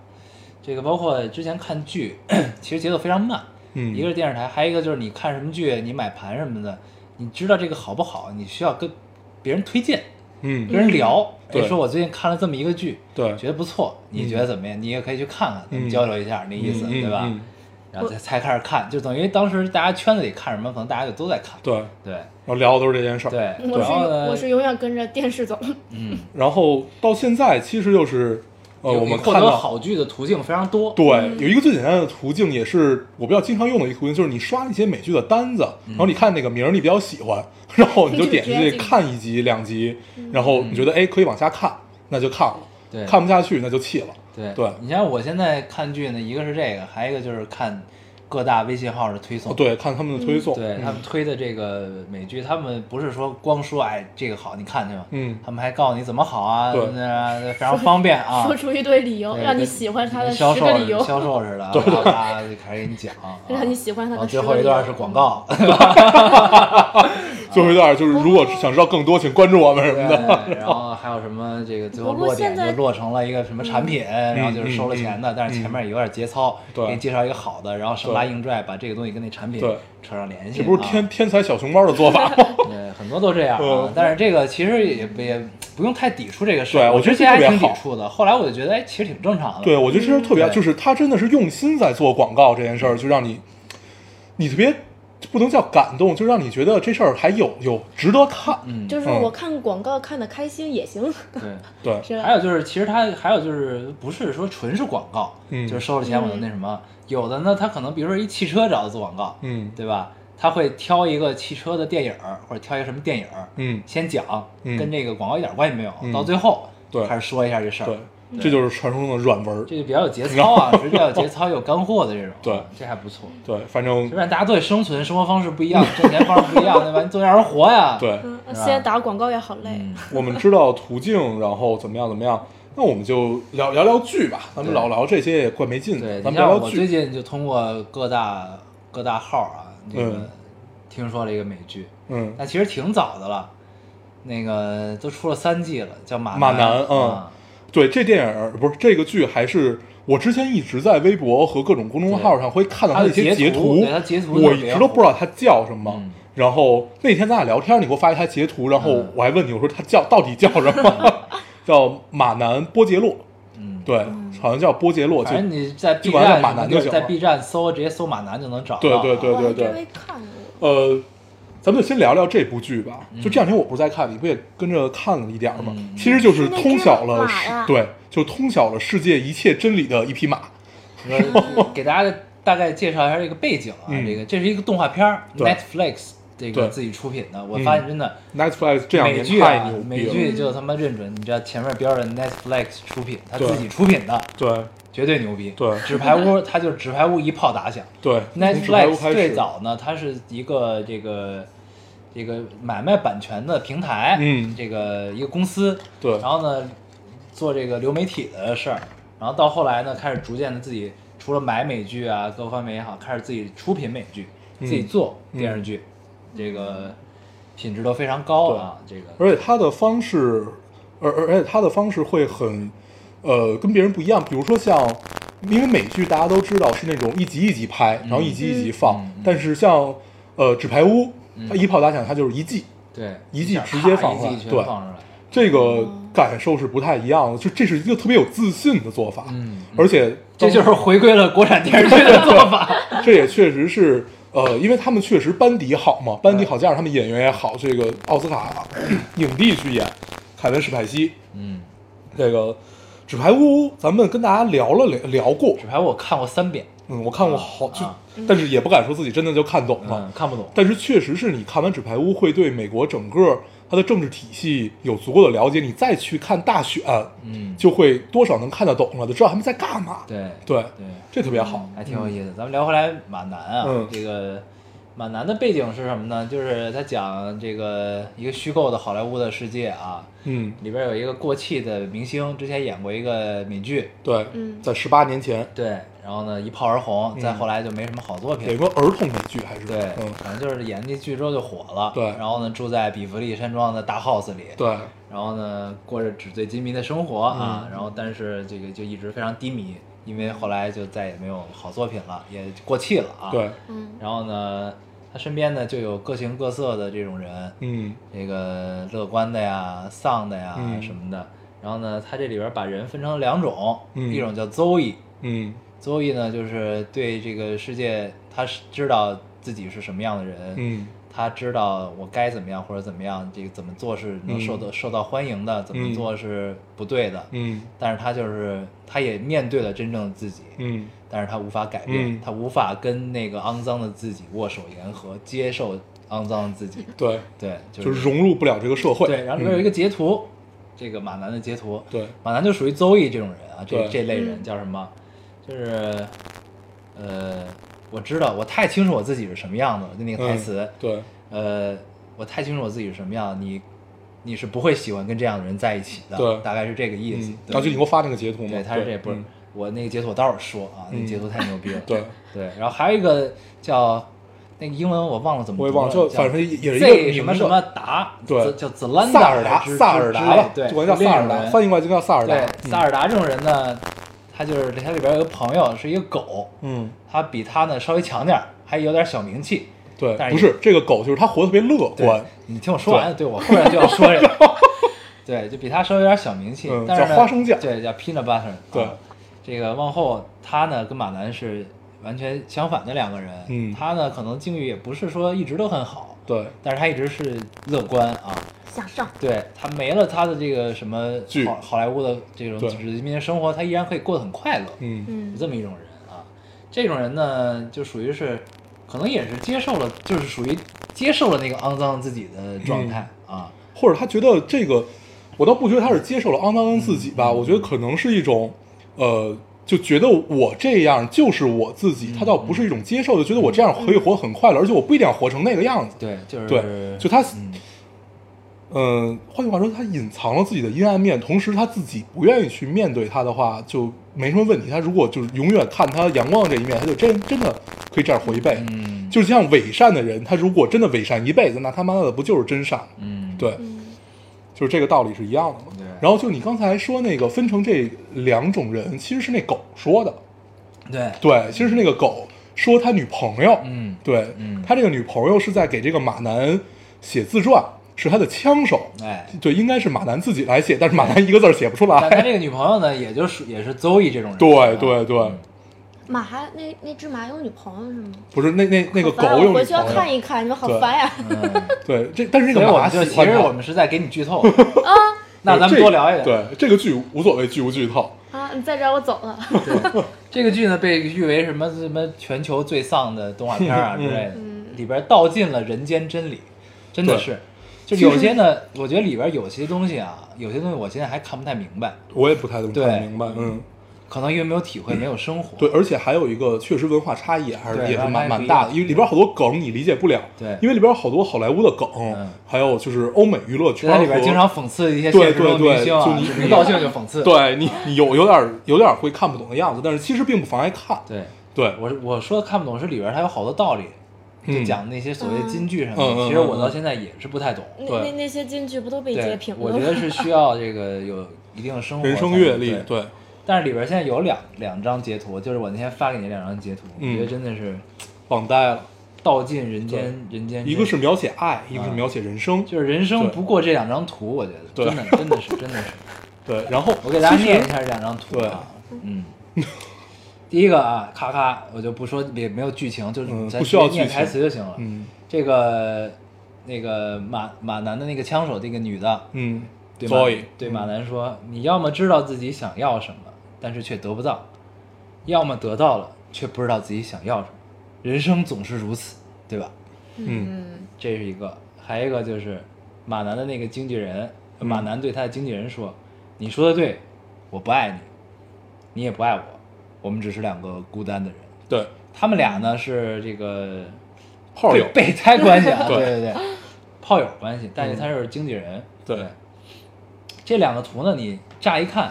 [SPEAKER 2] 这个包括之前看剧， [clears throat] 其实节奏非常慢。
[SPEAKER 1] 嗯
[SPEAKER 2] 一个是电视台，还有一个就是你看什么剧，你买盘什么的，你知道这个好不好，你需要跟别人推荐，
[SPEAKER 1] 嗯
[SPEAKER 2] 跟人聊。
[SPEAKER 1] 对
[SPEAKER 2] 哎说我最近看了这么一个剧，
[SPEAKER 1] 对
[SPEAKER 2] 觉得不错，你觉得怎么样？你也可以去看看，咱
[SPEAKER 1] 嗯
[SPEAKER 2] 们交流一下，那意思
[SPEAKER 1] 嗯
[SPEAKER 2] 对吧
[SPEAKER 1] 嗯嗯？
[SPEAKER 2] 然后才才开始看，就等于当时大家圈子里看什么，可能大家就都在看。
[SPEAKER 1] 对，然
[SPEAKER 2] 对
[SPEAKER 1] 后聊的都是这件事儿。
[SPEAKER 2] 对，
[SPEAKER 3] 嗯我
[SPEAKER 2] 然
[SPEAKER 3] 是
[SPEAKER 2] 后呢
[SPEAKER 3] 我是永远跟着电视走，
[SPEAKER 2] 嗯。
[SPEAKER 1] 然后到现在其实就是呃
[SPEAKER 2] 有
[SPEAKER 1] 我
[SPEAKER 2] 你
[SPEAKER 1] 们
[SPEAKER 2] 获
[SPEAKER 1] 看
[SPEAKER 2] 得
[SPEAKER 1] 到
[SPEAKER 2] 好剧的途径非常多。
[SPEAKER 1] 对，有一个最简单的途径，也是我比较经常用的一个途径，就是你刷一些美剧的单子，
[SPEAKER 2] 嗯
[SPEAKER 1] 然后你看哪个名儿你比较喜欢，然后你就点进
[SPEAKER 3] 就直接
[SPEAKER 1] 去
[SPEAKER 3] 进去
[SPEAKER 1] 看一集两集，然后你觉得哎可以往下看，那就看了，
[SPEAKER 2] 嗯对
[SPEAKER 1] 看不下去那就弃了。
[SPEAKER 2] 对
[SPEAKER 1] 对
[SPEAKER 2] 你像我现在看剧呢，一个是这个，还有一个就是看各大微信号的推送。
[SPEAKER 1] 哦对，看他们的推送，
[SPEAKER 2] 对他
[SPEAKER 1] 嗯
[SPEAKER 2] 们推的这个美剧，他们不是说光说哎这个好，你看去吧，
[SPEAKER 1] 嗯
[SPEAKER 2] 他们还告诉你怎么好啊，
[SPEAKER 1] 对 [laughs]
[SPEAKER 2] 那非常方便啊，
[SPEAKER 3] 说出一堆理由，
[SPEAKER 2] 对
[SPEAKER 3] 让你
[SPEAKER 2] 跟
[SPEAKER 3] 喜欢他的
[SPEAKER 2] 跟
[SPEAKER 3] 十
[SPEAKER 2] 销售
[SPEAKER 3] 个理由，
[SPEAKER 2] 销售 [laughs] 似的啊，然后大家就开始给
[SPEAKER 3] [laughs]
[SPEAKER 2] 你讲，啊
[SPEAKER 3] 让你喜欢他
[SPEAKER 2] 然
[SPEAKER 3] 的
[SPEAKER 2] 后最
[SPEAKER 3] 十个
[SPEAKER 2] 后一
[SPEAKER 3] 理由
[SPEAKER 2] 段是广，
[SPEAKER 3] [laughs]
[SPEAKER 2] 告，
[SPEAKER 1] 最后一段就是如果想知道更多，请关注我们什
[SPEAKER 2] [laughs]
[SPEAKER 1] 么的。
[SPEAKER 2] 对，然后还有什么这个最后
[SPEAKER 3] 不过
[SPEAKER 2] 落点
[SPEAKER 3] 现
[SPEAKER 2] 就
[SPEAKER 3] 在嗯
[SPEAKER 2] 落成了一个什么产品，然后就是收了钱的，
[SPEAKER 1] 嗯嗯
[SPEAKER 2] 但是前面也有点节操，
[SPEAKER 1] 对
[SPEAKER 2] 给你介绍一个好的，然后生拉硬拽把这个东西跟那产品
[SPEAKER 1] 对
[SPEAKER 2] 扯上联系，
[SPEAKER 1] 这不是天、天才小熊猫的做法吗？
[SPEAKER 2] 啊，对，很多都这样啊
[SPEAKER 1] 嗯。
[SPEAKER 2] 但是这个其实也不也不用太抵触这个事
[SPEAKER 1] 对
[SPEAKER 2] 儿，
[SPEAKER 1] 我
[SPEAKER 2] 我
[SPEAKER 1] 觉
[SPEAKER 2] 之
[SPEAKER 1] 得这
[SPEAKER 2] 前还
[SPEAKER 1] 特别
[SPEAKER 2] 挺抵
[SPEAKER 1] 好
[SPEAKER 2] 触的，后来我就觉得哎，其实挺正常的，
[SPEAKER 1] 对，我觉得其实特别，
[SPEAKER 2] 嗯对
[SPEAKER 1] 就是他真的是用心在做广告这件事儿，就让你，你特别不能叫感动，就让你觉得这事儿还有有值得看。
[SPEAKER 2] 嗯，
[SPEAKER 3] 就是
[SPEAKER 1] 嗯
[SPEAKER 3] 我看广告看的开心也行，
[SPEAKER 2] 对。
[SPEAKER 1] 对，
[SPEAKER 3] 是
[SPEAKER 2] 还
[SPEAKER 3] 吧？
[SPEAKER 2] 有就是，其实它还有就是，不是说纯是广告，
[SPEAKER 1] 嗯
[SPEAKER 2] 就是收了钱我就那什么。有的呢，它可能比如说一汽车找他做广告，
[SPEAKER 1] 嗯
[SPEAKER 2] 对吧？他会挑一个汽车的电影儿或者挑一个什么电影儿，
[SPEAKER 1] 嗯，
[SPEAKER 2] 先讲，
[SPEAKER 1] 嗯
[SPEAKER 2] 跟这个广告一点关系没有，
[SPEAKER 1] 嗯
[SPEAKER 2] 到最后
[SPEAKER 1] 对
[SPEAKER 2] 开始说一下这事儿，
[SPEAKER 1] 对，这就是传说中的软文儿。
[SPEAKER 2] 这就比较有节
[SPEAKER 1] [laughs]
[SPEAKER 2] 操啊，是比较有节操、有干货的这种，
[SPEAKER 1] 对，
[SPEAKER 2] 这还不错。
[SPEAKER 1] 对，反正
[SPEAKER 2] 虽然大家对生存、生活方式不一样，挣钱方式不一样，对吧？你总要人活呀。，
[SPEAKER 1] 对，
[SPEAKER 3] 嗯，
[SPEAKER 2] 是吧
[SPEAKER 3] 现在打广告也好累，
[SPEAKER 2] 嗯，
[SPEAKER 1] 我们知道途径，然后怎么样怎么样，那我们就聊聊聊剧吧。咱们
[SPEAKER 2] 对
[SPEAKER 1] 老聊这些也怪没劲
[SPEAKER 2] 对，
[SPEAKER 1] 的，
[SPEAKER 2] 你
[SPEAKER 1] [laughs] 咱们聊
[SPEAKER 2] 像
[SPEAKER 1] 聊
[SPEAKER 2] 我
[SPEAKER 1] 剧
[SPEAKER 2] 最。近就通过各大各大号啊，这个
[SPEAKER 1] 嗯
[SPEAKER 2] 听说了一个美剧，
[SPEAKER 1] 嗯，
[SPEAKER 2] 那其实挺早的了，那个都出了三季了，叫《马
[SPEAKER 1] 马
[SPEAKER 2] 男
[SPEAKER 1] 男》嗯
[SPEAKER 2] 啊
[SPEAKER 1] 对，这电影儿不是这个剧，还是我之前一直在微博和各种公众号上会看到
[SPEAKER 2] 它
[SPEAKER 1] 它
[SPEAKER 2] 的
[SPEAKER 1] 一些
[SPEAKER 2] 截
[SPEAKER 1] 图
[SPEAKER 2] 图对它截图，特
[SPEAKER 1] 我
[SPEAKER 2] 别
[SPEAKER 1] 一直都不知道它叫什么
[SPEAKER 2] 嗯。
[SPEAKER 1] 然后那天咱俩聊天，你给我发一台截图，然后
[SPEAKER 2] 嗯
[SPEAKER 1] 我还问你，我说它叫到底叫什么？ [laughs] 叫马南波杰洛，
[SPEAKER 2] 嗯，
[SPEAKER 1] 对，好像叫波杰洛，就
[SPEAKER 2] 反正你在 B
[SPEAKER 1] 就管它
[SPEAKER 2] 站
[SPEAKER 1] 叫马男就行了
[SPEAKER 2] 在 B 站搜，直接搜马男就能找到。
[SPEAKER 1] 对对对
[SPEAKER 3] 我还
[SPEAKER 1] 对
[SPEAKER 3] 真没看过，
[SPEAKER 1] 呃，咱们就先聊聊这部剧吧。就这两天我不是在看，你不也跟着看了一点儿吗？
[SPEAKER 2] 嗯
[SPEAKER 1] 其实就是
[SPEAKER 3] 是那
[SPEAKER 1] 通
[SPEAKER 3] 只
[SPEAKER 1] 晓了
[SPEAKER 3] 马
[SPEAKER 1] 世
[SPEAKER 3] 呀
[SPEAKER 1] 对，就通晓了世界一切真理的一匹马。
[SPEAKER 2] 呃给大家大概介绍一下这个背景啊，
[SPEAKER 1] 嗯
[SPEAKER 2] 这个这是一个动画片儿
[SPEAKER 1] 对
[SPEAKER 2] ，Netflix 这个
[SPEAKER 1] 对
[SPEAKER 2] 自己出品的。我
[SPEAKER 1] 嗯
[SPEAKER 2] 发现真的，
[SPEAKER 1] Netflix 这两
[SPEAKER 2] 美
[SPEAKER 1] 年
[SPEAKER 2] 剧
[SPEAKER 1] 太
[SPEAKER 2] 啊
[SPEAKER 1] 牛，逼
[SPEAKER 2] 美
[SPEAKER 1] 了，
[SPEAKER 2] 剧就他妈认准，你知道前面标着 Netflix 出品，他
[SPEAKER 1] 对
[SPEAKER 2] 自己出品的，
[SPEAKER 1] 对
[SPEAKER 2] 绝对牛逼。
[SPEAKER 1] 对
[SPEAKER 2] 纸牌屋它就是纸牌屋一炮打响。
[SPEAKER 1] 对，从纸牌屋
[SPEAKER 2] Netflix
[SPEAKER 1] 开
[SPEAKER 2] 最
[SPEAKER 1] 始，
[SPEAKER 2] 早呢，它是一个这个这个买卖版权的平台，
[SPEAKER 1] 嗯
[SPEAKER 2] 这个一个公司，
[SPEAKER 1] 对
[SPEAKER 2] 然后呢，做这个流媒体的事儿，然后到后来呢，开始逐渐的自己除了买美剧啊各方面也好，开始自己出品美剧，
[SPEAKER 1] 嗯
[SPEAKER 2] 自己做电视剧，这个品质都非常高啊，这个
[SPEAKER 1] 而且它的方式，而而而且它的方式会很，呃，跟别人不一样。比如说像，因为美剧大家都知道是那种一集一集拍，然后一集一集放，
[SPEAKER 2] 嗯嗯嗯
[SPEAKER 1] 但是像呃《纸牌屋》，它一炮打响，它就是一季，
[SPEAKER 2] 对
[SPEAKER 1] 一季
[SPEAKER 2] 下
[SPEAKER 1] 直接
[SPEAKER 2] 啪
[SPEAKER 1] 放
[SPEAKER 2] 一
[SPEAKER 1] 出来
[SPEAKER 2] 季全
[SPEAKER 1] 对
[SPEAKER 2] 放出来，
[SPEAKER 1] 这个感受是不太一样的。就这是一个特别有自信的做法，
[SPEAKER 2] 嗯
[SPEAKER 1] 而且
[SPEAKER 2] 这就是回归了国产电视剧的做法。 [laughs]
[SPEAKER 1] 这也确实是，呃，因为他们确实班底好嘛，班底好，加上他们演员也好，这个奥斯卡 [clears throat] 影帝去演凯文·史派西，
[SPEAKER 2] 嗯，
[SPEAKER 1] 这个《纸牌屋》，咱们跟大家聊了聊聊过
[SPEAKER 2] 纸，牌屋我看过三遍，
[SPEAKER 1] 嗯，我看过好，就
[SPEAKER 2] 啊
[SPEAKER 1] 但是也不敢说自己真的就看懂了
[SPEAKER 2] 嗯，，看不懂。
[SPEAKER 1] 但是确实是你看完《纸牌屋》，会对美国整个它的政治体系有足够的了解，你再去看大选，
[SPEAKER 2] 嗯，
[SPEAKER 1] 就会多少能看得懂了，就知道他们在干嘛，
[SPEAKER 2] 对
[SPEAKER 1] 对，
[SPEAKER 2] 对，
[SPEAKER 1] 这特别好，
[SPEAKER 2] 还挺有意思。咱们聊回来马南啊，
[SPEAKER 1] 嗯
[SPEAKER 2] 这个马南的背景是什么呢？就是他讲这个一个虚构的好莱坞的世界啊，
[SPEAKER 1] 嗯，
[SPEAKER 2] 里边有一个过气的明星，之前演过一个美剧，
[SPEAKER 1] 对，
[SPEAKER 3] 嗯
[SPEAKER 1] 在十八年前。
[SPEAKER 2] 对，然后呢一炮而红，再后来就没什么好作
[SPEAKER 1] 有一
[SPEAKER 2] 品。
[SPEAKER 1] 个儿童美剧还是
[SPEAKER 2] 对
[SPEAKER 1] 嗯，，
[SPEAKER 2] 反正就是演那剧之后就火了。
[SPEAKER 1] 对
[SPEAKER 2] 然后呢，住在比弗利山庄的大 house 里。
[SPEAKER 1] 对，
[SPEAKER 2] 然后呢，过着纸醉金迷的生活
[SPEAKER 1] 嗯
[SPEAKER 2] 啊，然后但是这个就一直非常低迷，因为后来就再也没有好作品了，也过气了啊。
[SPEAKER 1] 对，
[SPEAKER 3] 嗯，
[SPEAKER 2] 然后呢，他身边呢就有各形各色的这种人，
[SPEAKER 1] 嗯，
[SPEAKER 2] 这个乐观的呀、丧的呀、
[SPEAKER 1] 嗯
[SPEAKER 2] 什么的。然后呢，他这里边把人分成两种，
[SPEAKER 1] 嗯
[SPEAKER 2] 一种叫 Zoe，Zoe
[SPEAKER 1] 嗯，
[SPEAKER 2] 呢就是对这个世界，他是知道自己是什么样的人，
[SPEAKER 1] 嗯，
[SPEAKER 2] 他知道我该怎么样或者怎么样，这个怎么做是能受到、受到欢迎的，怎么
[SPEAKER 1] 嗯
[SPEAKER 2] 做是不对的。
[SPEAKER 1] 嗯，
[SPEAKER 2] 但是他就是他也面对了真正的自己，
[SPEAKER 1] 嗯，
[SPEAKER 2] 但是他无法改变，
[SPEAKER 1] 嗯
[SPEAKER 2] 他无法跟那个肮脏的自己握手言和，接受肮脏的自己。
[SPEAKER 1] 对，
[SPEAKER 2] 对，
[SPEAKER 1] 就是是融入不了这个社会。
[SPEAKER 2] 对。然后里面有一个截图，这个马南的截图，
[SPEAKER 1] 对，
[SPEAKER 2] 马南就属于邹毅这种人啊，这
[SPEAKER 1] 对
[SPEAKER 2] 这类人
[SPEAKER 3] 嗯
[SPEAKER 2] 叫什么？就是，呃，我知道，我太清楚我自己是什么样的了，就那个台
[SPEAKER 1] 嗯
[SPEAKER 2] 词，
[SPEAKER 1] 对，
[SPEAKER 2] 呃，我太清楚我自己是什么样，你你是不会喜欢跟这样的人在一起的，
[SPEAKER 1] 对
[SPEAKER 2] 大概是这个意思
[SPEAKER 1] 嗯。，
[SPEAKER 2] 对
[SPEAKER 1] 然后就你给我发那个截图嘛，
[SPEAKER 2] 对，他是这
[SPEAKER 1] 对
[SPEAKER 2] 不是
[SPEAKER 1] 嗯
[SPEAKER 2] 我那个截图，我待会儿说啊，那
[SPEAKER 1] 嗯
[SPEAKER 2] 截图太牛逼了。
[SPEAKER 1] 对
[SPEAKER 2] 对，然后还有一个叫那个英文我忘了怎么
[SPEAKER 1] 我
[SPEAKER 2] 读
[SPEAKER 1] 也
[SPEAKER 2] 了，
[SPEAKER 1] 忘了，就
[SPEAKER 2] 叫
[SPEAKER 1] 反正也是
[SPEAKER 2] Z
[SPEAKER 1] 一个
[SPEAKER 2] 什么
[SPEAKER 1] 名
[SPEAKER 2] 什
[SPEAKER 1] 字
[SPEAKER 2] 么达，
[SPEAKER 1] 对
[SPEAKER 2] 紫叫紫兰
[SPEAKER 1] 萨尔达，
[SPEAKER 2] 之
[SPEAKER 1] 萨尔达吧，
[SPEAKER 2] 之类对，
[SPEAKER 1] 就管他叫萨尔
[SPEAKER 2] 另一种
[SPEAKER 1] 达，
[SPEAKER 2] 人
[SPEAKER 1] 翻译过来就叫萨尔达。嗯
[SPEAKER 2] 对萨尔达这种人呢，他就是他里边有个朋友是一个狗，
[SPEAKER 1] 嗯，
[SPEAKER 2] 他比他呢稍微强点儿，还有点小名气。
[SPEAKER 1] 对
[SPEAKER 2] 但，是
[SPEAKER 1] 不是这个狗，就是它活得特别乐
[SPEAKER 2] 对
[SPEAKER 1] 观，，
[SPEAKER 2] 你听我说完，对我忽然就要说
[SPEAKER 1] [laughs]
[SPEAKER 2] 这个，对，就比他稍微有点小名气，
[SPEAKER 1] 嗯
[SPEAKER 2] 但是呢
[SPEAKER 1] 叫花生酱
[SPEAKER 2] 对，叫 peanut butter 啊。
[SPEAKER 1] 对
[SPEAKER 2] 这个往后他呢跟马南是完全相反的两个人，
[SPEAKER 1] 嗯
[SPEAKER 2] 他呢可能境遇也不是说一直都很好，
[SPEAKER 1] 对，
[SPEAKER 2] 但是他一直是乐观啊，
[SPEAKER 3] 向上，
[SPEAKER 2] 对他没了他的这个什么
[SPEAKER 1] 剧
[SPEAKER 2] 好好莱坞的这种
[SPEAKER 1] 对
[SPEAKER 2] 纸醉金迷的生活，他依然可以过得很快乐，
[SPEAKER 1] 嗯，
[SPEAKER 3] 嗯
[SPEAKER 2] 有这么一种人啊，这种人呢，就属于是，可能也是接受了，就是属于接受了那个肮脏自己的状态、啊，
[SPEAKER 1] 或者他觉得这个，我倒不觉得他是接受了肮脏自己
[SPEAKER 2] 嗯
[SPEAKER 1] 吧，我觉得可能是一种，呃，就觉得我这样就是我自己，他倒不是一种接受，就觉得我这样可以活得很快乐，而且我不一定要活成那个样子。
[SPEAKER 2] 嗯对，就是
[SPEAKER 1] 对，就他，
[SPEAKER 2] 嗯，
[SPEAKER 1] 嗯，换句话说，他隐藏了自己的阴暗面，同时他自己不愿意去面对他的话，就没什么问题。他如果就是永远看他阳光的这一面，他就真真的可以这样活一辈子。
[SPEAKER 2] 嗯
[SPEAKER 1] 就是像伪善的人，他如果真的伪善一辈子，那他妈的不就是真善吗？
[SPEAKER 2] 嗯，
[SPEAKER 1] 对，就是这个道理是一样的嘛。
[SPEAKER 2] 对，
[SPEAKER 1] 然后就你刚才说那个分成这两种人，其实是那狗说的，
[SPEAKER 2] 对，
[SPEAKER 1] 对，其实是那个狗说他女朋友，
[SPEAKER 2] 嗯，
[SPEAKER 1] 对，
[SPEAKER 2] 嗯
[SPEAKER 1] 他这个女朋友是在给这个马男写自传，是他的枪手， [laughs]
[SPEAKER 2] 哎，
[SPEAKER 1] 对，应该是马男自己来写，但是马男一个字儿写不出
[SPEAKER 2] [laughs] 但他
[SPEAKER 1] 来，
[SPEAKER 2] 这个女朋友呢，也就是也是邹毅这种人，
[SPEAKER 1] 对对对
[SPEAKER 2] 嗯，
[SPEAKER 3] 马还那那只马有女朋友是吗？
[SPEAKER 1] 不是那那那个
[SPEAKER 3] 好烦啊
[SPEAKER 1] 狗有
[SPEAKER 3] 我
[SPEAKER 1] 女
[SPEAKER 3] 回去要
[SPEAKER 1] 朋
[SPEAKER 3] 看
[SPEAKER 1] 友，
[SPEAKER 3] 一看，你们好
[SPEAKER 1] 对
[SPEAKER 3] 烦呀！
[SPEAKER 1] 对，这但是那
[SPEAKER 2] 所以
[SPEAKER 1] 个
[SPEAKER 2] 我
[SPEAKER 1] 马
[SPEAKER 2] 们就
[SPEAKER 1] 喜
[SPEAKER 2] 嗯其
[SPEAKER 1] 欢
[SPEAKER 2] 实我
[SPEAKER 1] 他。
[SPEAKER 2] 们是在给你剧透，
[SPEAKER 3] 啊
[SPEAKER 2] 那咱们多聊一点，
[SPEAKER 1] 对呃这个剧无所谓剧不剧透，
[SPEAKER 3] 啊，你再这儿我走了。
[SPEAKER 2] 这个剧呢，被誉为什么什么全球最丧的动画片
[SPEAKER 1] [laughs]
[SPEAKER 2] 啊之类的，
[SPEAKER 3] 嗯
[SPEAKER 2] 里边道尽了人间真理，真的
[SPEAKER 1] 对
[SPEAKER 2] 是。就是
[SPEAKER 1] 其实
[SPEAKER 2] 有些呢，我觉得里边有些东西啊，有些东西我现在还看不太明白，
[SPEAKER 1] 我也不太怎么
[SPEAKER 2] 对
[SPEAKER 1] 看明白，嗯，
[SPEAKER 2] 可能因为没有体会，没有生活。
[SPEAKER 1] 对，而且还有一个确实文化差异还是
[SPEAKER 2] 对
[SPEAKER 1] 也是
[SPEAKER 2] 文化
[SPEAKER 1] 蛮
[SPEAKER 2] 差异不
[SPEAKER 1] 蛮
[SPEAKER 2] 一
[SPEAKER 1] 大
[SPEAKER 2] 样
[SPEAKER 1] 的，因为里边好多梗你理解不了，
[SPEAKER 2] 对
[SPEAKER 1] 因为里边好多好莱坞的梗，
[SPEAKER 2] 嗯
[SPEAKER 1] 还有就是欧美娱乐
[SPEAKER 2] 就
[SPEAKER 1] 圈
[SPEAKER 2] 在里边
[SPEAKER 1] 和
[SPEAKER 2] 经常讽刺一些
[SPEAKER 1] 对
[SPEAKER 2] 现实中的
[SPEAKER 1] 对对
[SPEAKER 2] 明星啊，
[SPEAKER 1] 就你
[SPEAKER 2] 指名道姓就讽
[SPEAKER 1] [laughs]
[SPEAKER 2] 刺。
[SPEAKER 1] 对你你有有点有点会看不懂的样子，但是其实并不妨碍看，
[SPEAKER 2] 对，
[SPEAKER 1] 对，
[SPEAKER 2] 我我说看不懂是里边它有好多道理，就
[SPEAKER 1] 嗯
[SPEAKER 2] 讲那些所谓金句什么
[SPEAKER 1] 嗯嗯
[SPEAKER 2] 的，
[SPEAKER 1] 嗯
[SPEAKER 2] 其实我到现在也是不太懂。
[SPEAKER 3] 那
[SPEAKER 1] 对
[SPEAKER 3] 那那些金句不都被截
[SPEAKER 2] 对
[SPEAKER 3] 屏，
[SPEAKER 2] 我
[SPEAKER 3] 了
[SPEAKER 2] 觉得
[SPEAKER 3] 吗？
[SPEAKER 2] 是需要这个有一定的生活
[SPEAKER 1] 人生
[SPEAKER 2] 才能
[SPEAKER 1] 阅历，
[SPEAKER 2] 对
[SPEAKER 1] 对，
[SPEAKER 2] 但是里边现在有两两张截图，就是我那天发给你两张截图，
[SPEAKER 1] 嗯
[SPEAKER 2] 我觉得真的是
[SPEAKER 1] 绑呆了。
[SPEAKER 2] 道尽人间人间真。嗯
[SPEAKER 1] 一个是描写爱，一个是描写人生，
[SPEAKER 2] 就是人生
[SPEAKER 1] 对
[SPEAKER 2] 不过这两张图，我觉得
[SPEAKER 1] 对
[SPEAKER 2] 真的真的是真的是。
[SPEAKER 1] 对。然后
[SPEAKER 2] 我给大家
[SPEAKER 1] 其实
[SPEAKER 2] 念一下这两张图啊，嗯，第一个啊，咔咔，我就不说也没有剧情，就是
[SPEAKER 1] 嗯
[SPEAKER 2] 咱
[SPEAKER 1] 不需要
[SPEAKER 2] 直接念
[SPEAKER 1] 剧情
[SPEAKER 2] 台词就行了。
[SPEAKER 1] 嗯
[SPEAKER 2] 这个那个马马男的那个枪手，这个女的，
[SPEAKER 1] 嗯，
[SPEAKER 2] 对
[SPEAKER 1] 所以嗯
[SPEAKER 2] 马对马南说：“你要么知道自己想要什么，但是却得不到；要么得到了，却不知道自己想要什么。人生总是如此，对吧
[SPEAKER 1] 嗯
[SPEAKER 3] 嗯？”
[SPEAKER 2] 这是一个，还有一个就是马南的那个经纪人，
[SPEAKER 1] 嗯
[SPEAKER 2] 马南对他的经纪人说：“你说的对，我不爱你，你也不爱我，我们只是两个孤单的人。
[SPEAKER 1] 对，”
[SPEAKER 2] 他们俩呢是这个
[SPEAKER 1] 炮友
[SPEAKER 2] 对备胎关系
[SPEAKER 1] [laughs]
[SPEAKER 2] 啊，
[SPEAKER 1] 对嗯
[SPEAKER 2] 对对对，炮友关系，但是他是经纪人，
[SPEAKER 1] 对
[SPEAKER 2] 这两个图呢，你乍一看，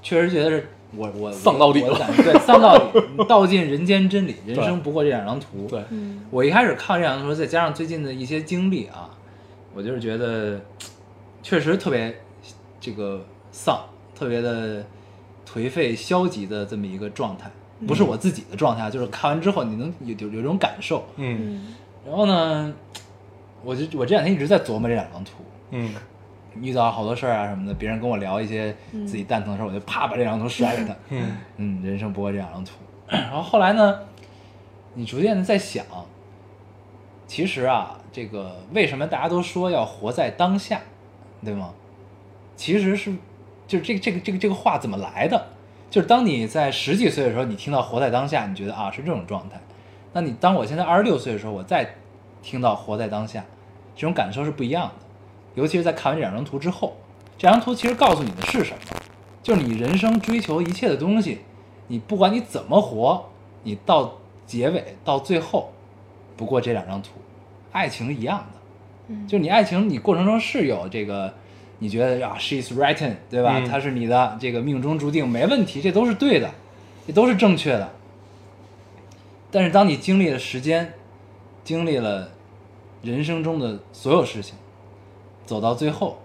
[SPEAKER 2] 确实觉得是我我
[SPEAKER 1] 丧到底了
[SPEAKER 2] 我感觉对，丧到底， [laughs] 道尽人间真理，人生不过这两张图。
[SPEAKER 1] 对，
[SPEAKER 3] 嗯
[SPEAKER 2] 我一开始看这两张图，再加上最近的一些经历啊，我就是觉得确实特别这个丧，特别的颓废、消极的这么一个状态，不是我自己的状态，啊就是看完之后你能有有有一种感受。
[SPEAKER 1] 嗯
[SPEAKER 3] 嗯
[SPEAKER 2] 然后呢，我就我这两天一直在琢磨这两张图，
[SPEAKER 1] 嗯，
[SPEAKER 2] 遇到好多事儿啊什么的，别人跟我聊一些自己蛋疼的事儿，我就啪把这张图甩给他。
[SPEAKER 1] 嗯，
[SPEAKER 2] 嗯，人生不过这两张图。然后后来呢，你逐渐的在想，其实啊，这个为什么大家都说要活在当下，对吗？其实是，就是这个这个这个这个话怎么来的？就是当你在十几岁的时候，你听到“活在当下”，你觉得啊是这种状态。那你当我现在二十六岁的时候，我再听到“活在当下”，这种感受是不一样的。尤其是在看完这两张图之后，这张图其实告诉你的是什么？就是你人生追求一切的东西，你不管你怎么活，你到结尾到最后，不过这两张图，爱情是一样的。
[SPEAKER 3] 嗯，
[SPEAKER 2] 就你爱情，你过程中是有这个，你觉得啊，she is written，对吧？
[SPEAKER 1] 嗯
[SPEAKER 2] 她是你的这个命中注定，没问题，这都是对的，这都是正确的。但是当你经历了时间，经历了人生中的所有事情，走到最后，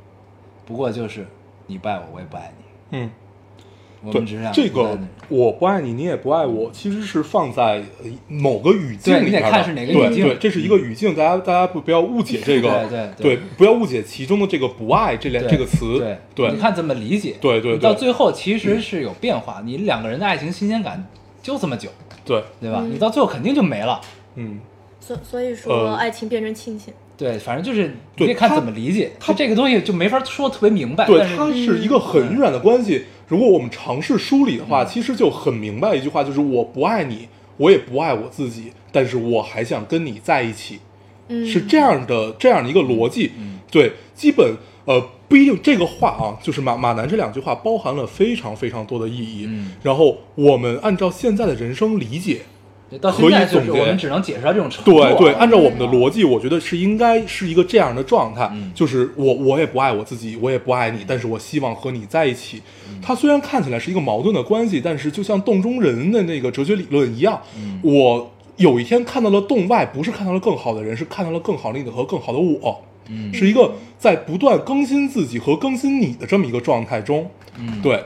[SPEAKER 2] 不过就是你不爱我，我也不爱你，
[SPEAKER 1] 嗯，
[SPEAKER 2] 我
[SPEAKER 1] 对
[SPEAKER 2] 们只是，两
[SPEAKER 1] 这
[SPEAKER 2] 孤单
[SPEAKER 1] 个
[SPEAKER 2] 的人
[SPEAKER 1] 我不爱你，你也不爱我，其实是放在呃某个语境
[SPEAKER 2] 对
[SPEAKER 1] 里
[SPEAKER 2] 你得
[SPEAKER 1] 边的。
[SPEAKER 2] 看是哪个
[SPEAKER 1] 对
[SPEAKER 2] 语境
[SPEAKER 1] 对，这是一个语境，大家大家不不要误解这个，
[SPEAKER 2] 对对
[SPEAKER 1] 对
[SPEAKER 2] 对
[SPEAKER 1] 不要误解其中的这个不爱这两
[SPEAKER 2] 对
[SPEAKER 1] 这个词。
[SPEAKER 2] 对
[SPEAKER 1] 对，
[SPEAKER 2] 你看怎么理解？
[SPEAKER 1] 对对对
[SPEAKER 2] 你到最后其实是有变化，你两个人的爱情新鲜感就这么久，
[SPEAKER 1] 对，
[SPEAKER 2] 对吧？你到最后肯定就没了。
[SPEAKER 1] 嗯，
[SPEAKER 3] 所所以
[SPEAKER 1] 呃
[SPEAKER 3] 说爱情变成亲情，
[SPEAKER 2] 对，反正就是
[SPEAKER 1] 对
[SPEAKER 2] 你得看
[SPEAKER 1] 他
[SPEAKER 2] 怎么理解，
[SPEAKER 1] 他
[SPEAKER 2] 就这个东西就没法说特别明白。嗯但
[SPEAKER 1] 对，
[SPEAKER 2] 是
[SPEAKER 1] 它是一个很远的关系。如果我们尝试梳理的
[SPEAKER 2] 嗯
[SPEAKER 1] 话，其实就很明白一句话，就是我不爱你，我也不爱我自己，但是我还想跟你在一起，
[SPEAKER 3] 嗯，
[SPEAKER 1] 是这样的这样的一个逻辑。
[SPEAKER 2] 嗯
[SPEAKER 1] 对，基本呃不一定这个话啊，就是马马南这两句话包含了非常非常多的意义。
[SPEAKER 2] 嗯
[SPEAKER 1] 然后我们按照现在的人生理解，
[SPEAKER 2] 对到现
[SPEAKER 1] 可
[SPEAKER 2] 在
[SPEAKER 1] 以
[SPEAKER 2] 就
[SPEAKER 1] 总
[SPEAKER 2] 是
[SPEAKER 1] 结
[SPEAKER 2] 我们只能解释到这种程度啊。
[SPEAKER 1] 对对，按照我们的逻辑，我觉得是应该是一个这样的状态，
[SPEAKER 2] 嗯
[SPEAKER 1] 就是我我也不爱我自己，我也不爱你，但是我希望和你在一起。
[SPEAKER 2] 嗯
[SPEAKER 1] 它虽然看起来是一个矛盾的关系，但是就像洞中人的那个哲学理论一样，
[SPEAKER 2] 嗯
[SPEAKER 1] 我有一天看到了洞外，不是看到了更好的人，是看到了更好的你和更好的我。
[SPEAKER 2] 嗯
[SPEAKER 1] 是一个在不断更新自己和更新你的这么一个状态中。
[SPEAKER 2] 嗯，
[SPEAKER 1] 对，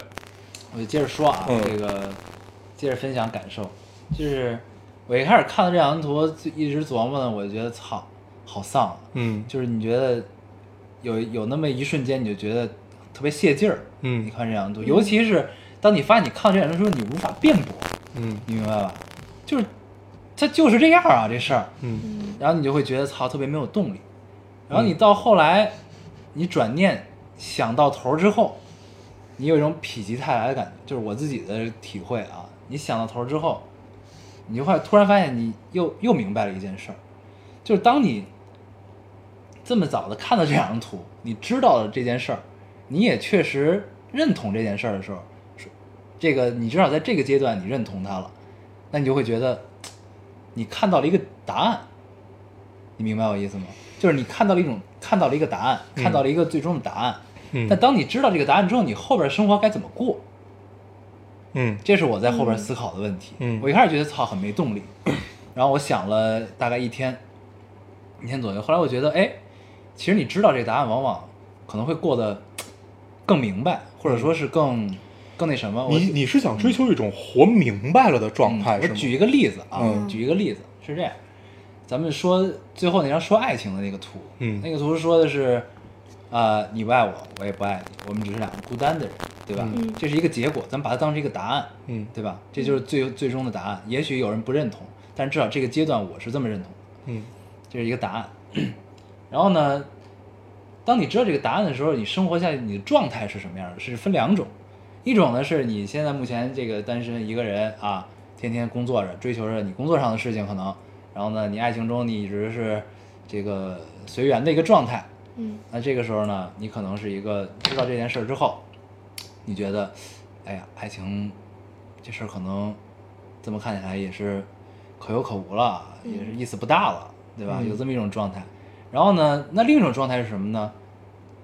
[SPEAKER 2] 我就接着说啊，
[SPEAKER 1] 嗯
[SPEAKER 2] 这个接着分享感受，就是我一开始看到这两张图，就一直琢磨呢，我就觉得操，好丧啊，
[SPEAKER 1] 嗯
[SPEAKER 2] 就是你觉得有有那么一瞬间，你就觉得特别泄劲儿。你
[SPEAKER 1] 嗯
[SPEAKER 2] 看这两张图，尤其是当你发现你看这两张图，你无法辩驳，
[SPEAKER 1] 嗯
[SPEAKER 2] 你明白吧？就是它就是这样啊，这事儿，
[SPEAKER 1] 嗯
[SPEAKER 2] 然后你就会觉得操，特别没有动力。然后你到后来，你转念想到头儿之后，你有一种否极泰来的感觉，就是我自己的体会啊。你想到头儿之后，你就会突然发现你又又明白了一件事儿，就是当你这么早的看到这两张图，你知道了这件事儿，你也确实认同这件事儿的时候，是这个你至少在这个阶段你认同它了，那你就会觉得你看到了一个答案，你明白我意思吗？就是你看到了一种看到了一个答案，
[SPEAKER 1] 嗯
[SPEAKER 2] 看到了一个最终的答案。
[SPEAKER 1] 嗯
[SPEAKER 2] 但当你知道这个答案之后，你后边生活该怎么过？
[SPEAKER 1] 嗯
[SPEAKER 2] 这是我在后边思考的问题。
[SPEAKER 1] 嗯
[SPEAKER 2] 我一开始觉得操很没动力，然后我想了大概一天，一天左右。后来我觉得，哎，其实你知道这个答案，往往可能会过得更明白，或者说是更、更那什么。我
[SPEAKER 1] 你你是想追求一种活明白了的状态
[SPEAKER 2] 嗯
[SPEAKER 1] 是
[SPEAKER 2] 我
[SPEAKER 1] 吗？
[SPEAKER 2] 举一个例子啊，
[SPEAKER 1] 嗯
[SPEAKER 2] 举一个例子是这样，咱们说最后那张说爱情的那个图，
[SPEAKER 1] 嗯
[SPEAKER 2] 那个图说的是，呃，你不爱我，我也不爱你，我们只是两个孤单的人，对吧？
[SPEAKER 3] 嗯
[SPEAKER 2] 这是一个结果，咱们把它当成一个答案，
[SPEAKER 1] 嗯
[SPEAKER 2] 对吧？这就是最最终的答案。也许有人不认同，但至少这个阶段我是这么认同的。
[SPEAKER 1] 嗯
[SPEAKER 2] 这是一个答案。然后呢，当你知道这个答案的时候，你生活下去你的状态是什么样的？是分两种，一种呢是你现在目前这个单身一个人啊，天天工作着，追求着你工作上的事情可能，然后呢，你爱情中你一直是这个随缘的一个状态。
[SPEAKER 3] 嗯
[SPEAKER 2] 那这个时候呢，你可能是一个知道这件事儿之后，你觉得，哎呀，爱情这事儿可能这么看起来也是可有可无了，也是意思不大了，对吧？有这么一种状态。然后呢，那另一种状态是什么呢？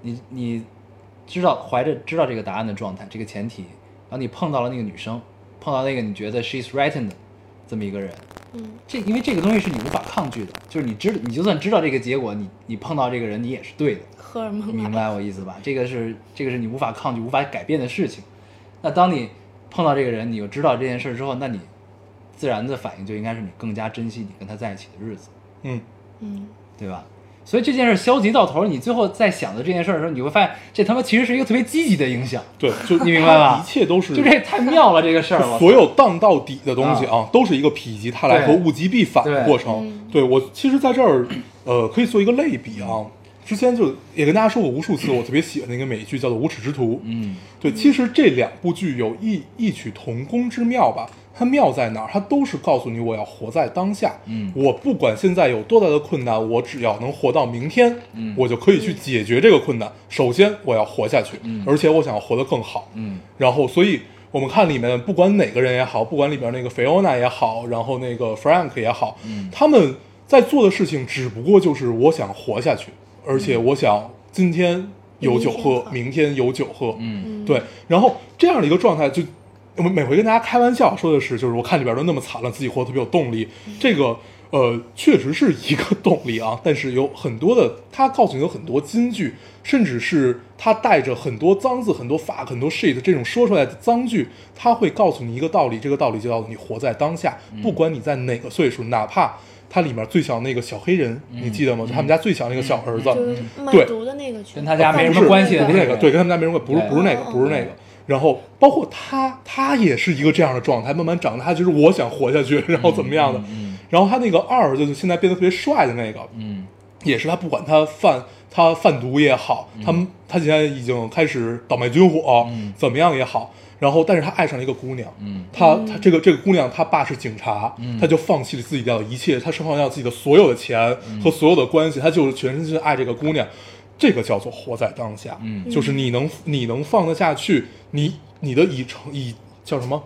[SPEAKER 2] 你你知道怀着知道这个答案的状态，这个前提，然后你碰到了那个女生，碰到那个你觉得 she's right 的这么一个人，
[SPEAKER 3] 嗯
[SPEAKER 2] 这因为这个东西是你无法抗拒的，就是你知你就算知道这个结果，你你碰到这个人，你也是对的。
[SPEAKER 3] 荷尔蒙
[SPEAKER 2] 明
[SPEAKER 3] 来
[SPEAKER 2] 白我意思吧？这个是这个是你无法抗拒、无法改变的事情。那当你碰到这个人，你就知道这件事之后，那你自然的反应就应该是你更加珍惜你跟他在一起的日子，
[SPEAKER 1] 嗯
[SPEAKER 3] 嗯
[SPEAKER 2] 对吧？所以这件事消极到头，你最后在想的这件事的时候，你会发现这他妈其实是一个特别积极的影响，
[SPEAKER 1] 对， [laughs] 就
[SPEAKER 2] 你明白吧
[SPEAKER 1] 它一切都是
[SPEAKER 2] 就这也太妙了，这个事儿
[SPEAKER 1] [laughs]
[SPEAKER 2] 我操
[SPEAKER 1] 所有荡到底的东西啊，都是一个否极泰来和
[SPEAKER 2] 对
[SPEAKER 1] 物极必反的
[SPEAKER 2] 对
[SPEAKER 1] 过程。对我其实在这儿，呃，可以做一个类比
[SPEAKER 2] 嗯
[SPEAKER 1] 啊。之前就也跟大家说过无数次，我特别喜欢的一个美剧叫做《无耻之徒》。
[SPEAKER 2] 嗯
[SPEAKER 1] 对，其实这两部剧有异异曲同工之妙吧。它妙在哪儿？它都是告诉你我要活在当下。
[SPEAKER 2] 嗯
[SPEAKER 1] 我不管现在有多大的困难，我只要能活到明天，
[SPEAKER 2] 嗯
[SPEAKER 1] 我就可以去解决这个困难。首先，我要活下去，
[SPEAKER 2] 嗯
[SPEAKER 1] 而且我想要活得更好。
[SPEAKER 2] 嗯
[SPEAKER 1] 然后，所以我们看里面，不管哪个人也好，不管里边那个菲欧娜也好，然后那个 Frank 也好，
[SPEAKER 2] 嗯
[SPEAKER 1] 他们在做的事情只不过就是我想活下去，而且
[SPEAKER 2] 嗯
[SPEAKER 1] 我想今天有酒喝，明
[SPEAKER 3] 明
[SPEAKER 1] 天有酒喝，
[SPEAKER 2] 嗯
[SPEAKER 3] 嗯
[SPEAKER 1] 对。然后这样的一个状态就，我每回跟大家开玩笑说的是，就是我看里边都那么惨了，自己活得特别有动力，这个。呃，确实是一个 [laughs] 动力啊，但是有很多的，他告诉你有很多金句，甚至是他带着很多脏字、很多 fuck、很多 shit 这种说出来的脏句，他会告诉你一个道理，这个道理就叫做你活在当下，不管你在哪个岁数，哪怕他里面最小那个小黑人，你记得吗？就他们家最小那个小儿子，
[SPEAKER 3] 就是
[SPEAKER 1] 嗯对
[SPEAKER 3] 满族的那个群，
[SPEAKER 2] 跟他家
[SPEAKER 3] 哦
[SPEAKER 2] 没什
[SPEAKER 1] 不
[SPEAKER 2] 么
[SPEAKER 1] 是
[SPEAKER 2] 关系的
[SPEAKER 1] 不是那
[SPEAKER 2] 那
[SPEAKER 1] 个，
[SPEAKER 2] 个
[SPEAKER 1] 对，跟他们家没什么关系，不是
[SPEAKER 2] 对
[SPEAKER 1] 不是那个，
[SPEAKER 3] 哦
[SPEAKER 1] 不是那个。然后包括他，他也是一个这样的状态，慢慢长大，他就是我想活下去，然后怎么样的。
[SPEAKER 2] 嗯
[SPEAKER 1] 然后他那个二儿子，就现在变得特别帅的那个，
[SPEAKER 2] 嗯
[SPEAKER 1] 也是他不管他贩他贩毒也好，他们他现在已经开始倒卖军火，
[SPEAKER 2] 嗯
[SPEAKER 1] 怎么样也好。然后，但是他爱上了一个姑娘，
[SPEAKER 2] 嗯
[SPEAKER 1] 他他这个这个姑娘，她爸是警察，
[SPEAKER 2] 嗯
[SPEAKER 1] 他就放弃了自己的一切，他是放下自己的所有的钱
[SPEAKER 2] 嗯
[SPEAKER 1] 和所有的关系，他就是全身心地爱这个姑娘，这个叫做活在当下，
[SPEAKER 2] 嗯
[SPEAKER 1] 就是你能你能放得下去，你你的以成以叫什么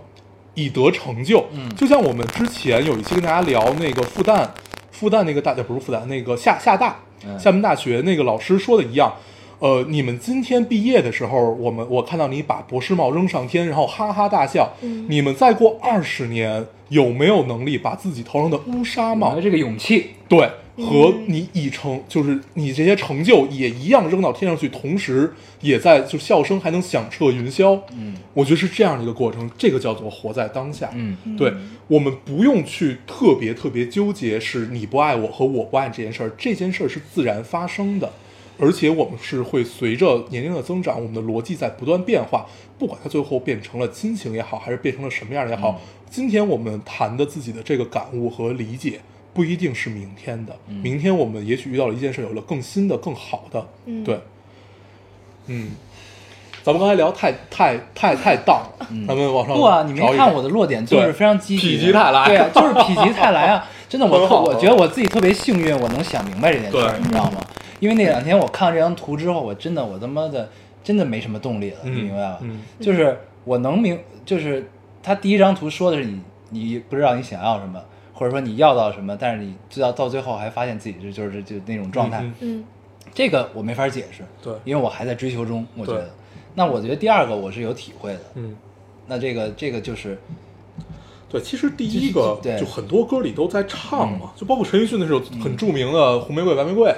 [SPEAKER 1] 以得成就，
[SPEAKER 2] 嗯
[SPEAKER 1] 就像我们之前有一期跟大家聊那个复旦，复旦那个大呃不是复旦那个厦厦大
[SPEAKER 2] 嗯
[SPEAKER 1] 厦门大学那个老师说的一样。呃，你们今天毕业的时候，我们我看到你把博士帽扔上天，然后哈哈大笑。
[SPEAKER 3] 嗯
[SPEAKER 1] 你们再过二十年，有没有能力把自己头上的乌纱
[SPEAKER 2] 有没
[SPEAKER 1] 帽
[SPEAKER 2] 有这个勇气？
[SPEAKER 1] 对和你已成，就是你这些成就也一样扔到天上去，同时也在就笑声还能响彻云霄。
[SPEAKER 2] 嗯
[SPEAKER 1] 我觉得是这样的一个过程，这个叫做活在当下。
[SPEAKER 2] 嗯
[SPEAKER 1] 对我们不用去特别特别纠结，是你不爱我和我不爱这件事儿，这件事儿是自然发生的，而且我们是会随着年龄的增长，我们的逻辑在不断变化，不管它最后变成了亲情也好，还是变成了什么样也好，今天我们谈的自己的这个感悟和理解。不一定是明天的，明天我们也许遇到了一件事，有了更新的、更好的，
[SPEAKER 3] 嗯
[SPEAKER 1] 对，嗯，咱们刚才聊太太太太荡了，咱们往上
[SPEAKER 2] 不啊，你没
[SPEAKER 1] 找哦一
[SPEAKER 2] 看
[SPEAKER 1] 找
[SPEAKER 2] 我的落点就是
[SPEAKER 1] 对
[SPEAKER 2] 非常积极的，
[SPEAKER 1] 否极泰来 [laughs]
[SPEAKER 2] 对啊，就是否极泰来啊！真的，我
[SPEAKER 1] 很
[SPEAKER 2] 特
[SPEAKER 1] 好
[SPEAKER 2] 我觉得我自己特别幸运，我能想明白这件事儿，
[SPEAKER 1] 对
[SPEAKER 2] 你知道吗？因为那两天我看了这张图之后，我真的我他妈的真的没什么动力了，
[SPEAKER 1] 嗯
[SPEAKER 2] 你明白吧？
[SPEAKER 1] 嗯
[SPEAKER 2] 就是我能明，就是他第一张图说的是你你不知道你想要什么，或者说你要到什么，但是你知道到最后还发现自己就就是就那种状态，
[SPEAKER 1] 嗯
[SPEAKER 3] 嗯
[SPEAKER 2] 这个我没法解释，
[SPEAKER 1] 对
[SPEAKER 2] 因为我还在追求中，我觉
[SPEAKER 1] 对
[SPEAKER 2] 得。那我觉得第二个我是有体会的，
[SPEAKER 1] 嗯。
[SPEAKER 2] 那这个这个就是
[SPEAKER 1] 对，其实第一个
[SPEAKER 2] 就是对嗯
[SPEAKER 1] 就很多歌里都在唱嘛，就包括陈奕迅那首很著名的《红玫瑰白玫瑰》，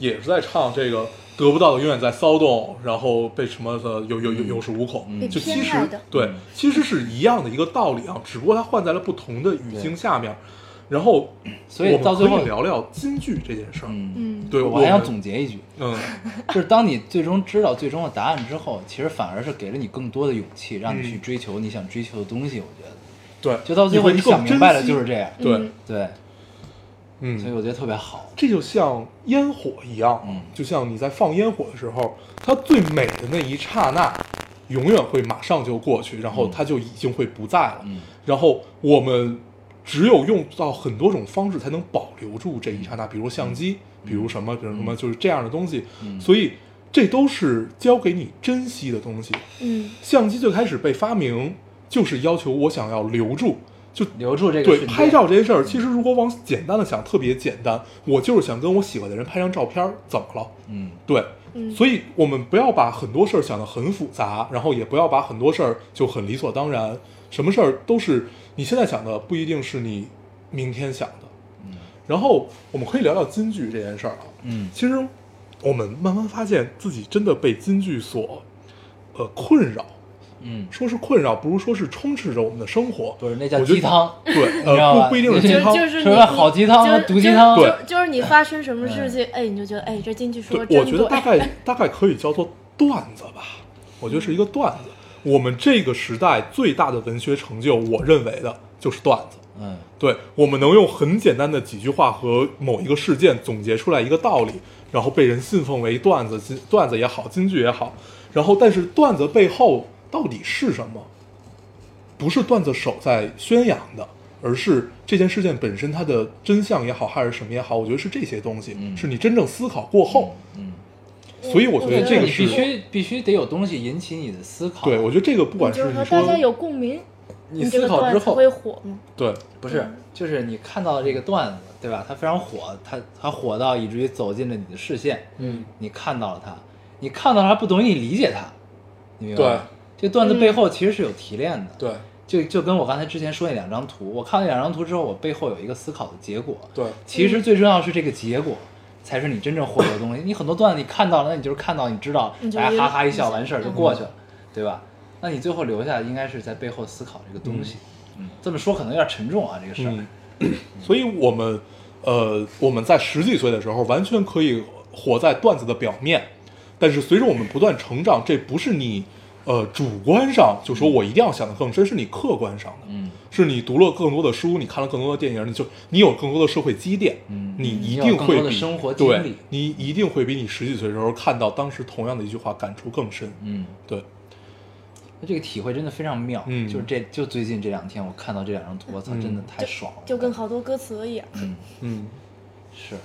[SPEAKER 1] 也是在唱这个得不到的永远在骚动，然后被什么的有有有有恃无恐，
[SPEAKER 3] 被
[SPEAKER 1] 就
[SPEAKER 3] 偏
[SPEAKER 1] 其实
[SPEAKER 3] 爱的
[SPEAKER 1] 对
[SPEAKER 2] 嗯，
[SPEAKER 1] 其实是一样的一个道理啊，只不过它换在了不同的语境下面。然后，
[SPEAKER 2] [clears throat] 所以到最后
[SPEAKER 1] 我们可以聊聊京剧这件事儿。
[SPEAKER 2] 嗯，
[SPEAKER 3] 嗯，
[SPEAKER 1] 对，
[SPEAKER 2] 我
[SPEAKER 1] 我
[SPEAKER 2] 还想
[SPEAKER 1] 们
[SPEAKER 2] 总结一句，
[SPEAKER 1] 嗯，
[SPEAKER 2] 就是当你最终知道最终的答案之后，其实反而是给了你更多的勇气，让你去追求你想追求的东西。我觉得，
[SPEAKER 1] 对，
[SPEAKER 2] 就到最后
[SPEAKER 1] 会
[SPEAKER 2] 你
[SPEAKER 1] 更
[SPEAKER 2] 想明白了
[SPEAKER 1] 珍惜
[SPEAKER 2] 就是这样。
[SPEAKER 1] 对，
[SPEAKER 2] 对，
[SPEAKER 1] 嗯，
[SPEAKER 2] 所以我觉得特别好。
[SPEAKER 1] 这就像烟火一样，
[SPEAKER 2] 嗯
[SPEAKER 1] 就像你在放烟火的时候，它最美的那一刹那，永远会马上就过去，然后它就已经会不在了。
[SPEAKER 2] 嗯
[SPEAKER 1] 然后我们只有用到很多种方式才能保留住这一刹
[SPEAKER 2] 嗯
[SPEAKER 1] 那，比如相机，比如什么，比如什么，就是这样的东西。
[SPEAKER 2] 嗯
[SPEAKER 1] 所以这都是教给你珍惜的东西。
[SPEAKER 3] 嗯
[SPEAKER 1] 相机最开始被发明，就是要求我想要留住，就
[SPEAKER 2] 留住这个
[SPEAKER 1] 对
[SPEAKER 2] 瞬间
[SPEAKER 1] 拍照这件事儿，其实如果往简单的想，特别简单，我就是想跟我喜欢的人拍张照片儿，怎么了？
[SPEAKER 2] 嗯
[SPEAKER 1] 对，
[SPEAKER 3] 嗯
[SPEAKER 1] 所以我们不要把很多事儿想得很复杂，然后也不要把很多事儿就很理所当然，什么事儿都是你现在想的，不一定是你明天想的。然后我们可以聊聊金句这件事儿啊，
[SPEAKER 2] 嗯
[SPEAKER 1] 其实我们慢慢发现自己真的被金句所呃困扰，
[SPEAKER 2] 嗯，
[SPEAKER 1] 说是困扰，不如说是充斥着我们的生活。
[SPEAKER 2] 不是那叫
[SPEAKER 1] 我觉得
[SPEAKER 2] 鸡汤
[SPEAKER 1] 对，
[SPEAKER 2] 你知道吧
[SPEAKER 1] 呃，不不一定是鸡
[SPEAKER 3] 就
[SPEAKER 1] 汤。
[SPEAKER 3] 就是
[SPEAKER 2] 是
[SPEAKER 3] 你
[SPEAKER 2] 吧好鸡汤啊
[SPEAKER 3] 就是
[SPEAKER 2] 毒鸡汤啊
[SPEAKER 3] 就是
[SPEAKER 1] 对
[SPEAKER 3] 就是你发生什么事情，哎，你就觉得哎，这京剧说的
[SPEAKER 1] 对，我
[SPEAKER 3] 真
[SPEAKER 1] 觉得大
[SPEAKER 3] 对，
[SPEAKER 1] 概大概可以叫做段子吧，我觉得是一个段子。我们这个时代最大的文学成就，我认为的就是段子。
[SPEAKER 2] 嗯
[SPEAKER 1] 对，我们能用很简单的几句话和某一个事件总结出来一个道理，然后被人信奉为段子，金段子也好，金句也好，然后但是段子背后到底是什么？不是段子手在宣扬的，而是这件事件本身它的真相也好，还是什么也好，我觉得是这些东西，
[SPEAKER 2] 嗯
[SPEAKER 1] 是你真正思考过后，
[SPEAKER 2] 嗯，
[SPEAKER 1] 所以我觉
[SPEAKER 3] 对
[SPEAKER 1] 得这个
[SPEAKER 2] 你必
[SPEAKER 1] 是，
[SPEAKER 2] 须必须得有东西引起你的思考。
[SPEAKER 1] 对我觉得这个不管
[SPEAKER 3] 你就是是
[SPEAKER 1] 你
[SPEAKER 3] 和
[SPEAKER 1] 说
[SPEAKER 3] 大家有共鸣，
[SPEAKER 1] 你
[SPEAKER 3] 这
[SPEAKER 1] 思
[SPEAKER 3] 个
[SPEAKER 1] 考
[SPEAKER 3] 段
[SPEAKER 1] 之
[SPEAKER 3] 子
[SPEAKER 1] 后，
[SPEAKER 3] 会火吗？
[SPEAKER 1] 对
[SPEAKER 2] 不是，就是你看到的这个段子，对吧？它非常火，它它火到以至于走进了你的视线，
[SPEAKER 1] 嗯，
[SPEAKER 2] 你看到了它，你看到它不等于你理解它，你明白吗？这段子
[SPEAKER 3] 嗯
[SPEAKER 2] 背后其实是有提炼的，
[SPEAKER 1] 对
[SPEAKER 2] 就就跟我刚才之前说那两张图，我看了两张图之后，我背后有一个思考的结果，
[SPEAKER 1] 对
[SPEAKER 2] 其实最重要是这个结果。才是你真正获得的东西。你很多段子你看到了，那你就是看到，你知道
[SPEAKER 3] 你，就嗯
[SPEAKER 2] 大家
[SPEAKER 3] 晕
[SPEAKER 2] 哈哈一笑完事儿就过去了，对吧？那你最后留下的应该是在背后思考这个东西。嗯，这么说可能有点沉重啊，这个事儿。
[SPEAKER 1] 嗯，所以我们呃我们在十几岁的时候完全可以活在段子的表面，但是随着我们不断成长，这不是你呃主观上就说我一定要想得更深，是你客观上的，
[SPEAKER 2] 嗯，
[SPEAKER 1] 是你读了更多的书，你看了更多的电影，你就你有更多的社会积淀，
[SPEAKER 2] 嗯
[SPEAKER 1] 你一
[SPEAKER 2] 你
[SPEAKER 1] 定
[SPEAKER 2] 有更多
[SPEAKER 1] 会
[SPEAKER 2] 的
[SPEAKER 1] 比
[SPEAKER 2] 生活经历
[SPEAKER 1] 对，你一定会比你十几岁的时候看到当时同样的一句话感触更深，
[SPEAKER 2] 嗯，
[SPEAKER 1] 对，
[SPEAKER 2] 那这个体会真的非常妙。
[SPEAKER 1] 嗯
[SPEAKER 2] 就是这就最近这两天我看到这两张图，我操，
[SPEAKER 1] 嗯
[SPEAKER 2] 真的太爽了。
[SPEAKER 3] 就跟好多歌词一样，
[SPEAKER 2] 嗯
[SPEAKER 1] 嗯，
[SPEAKER 2] 是，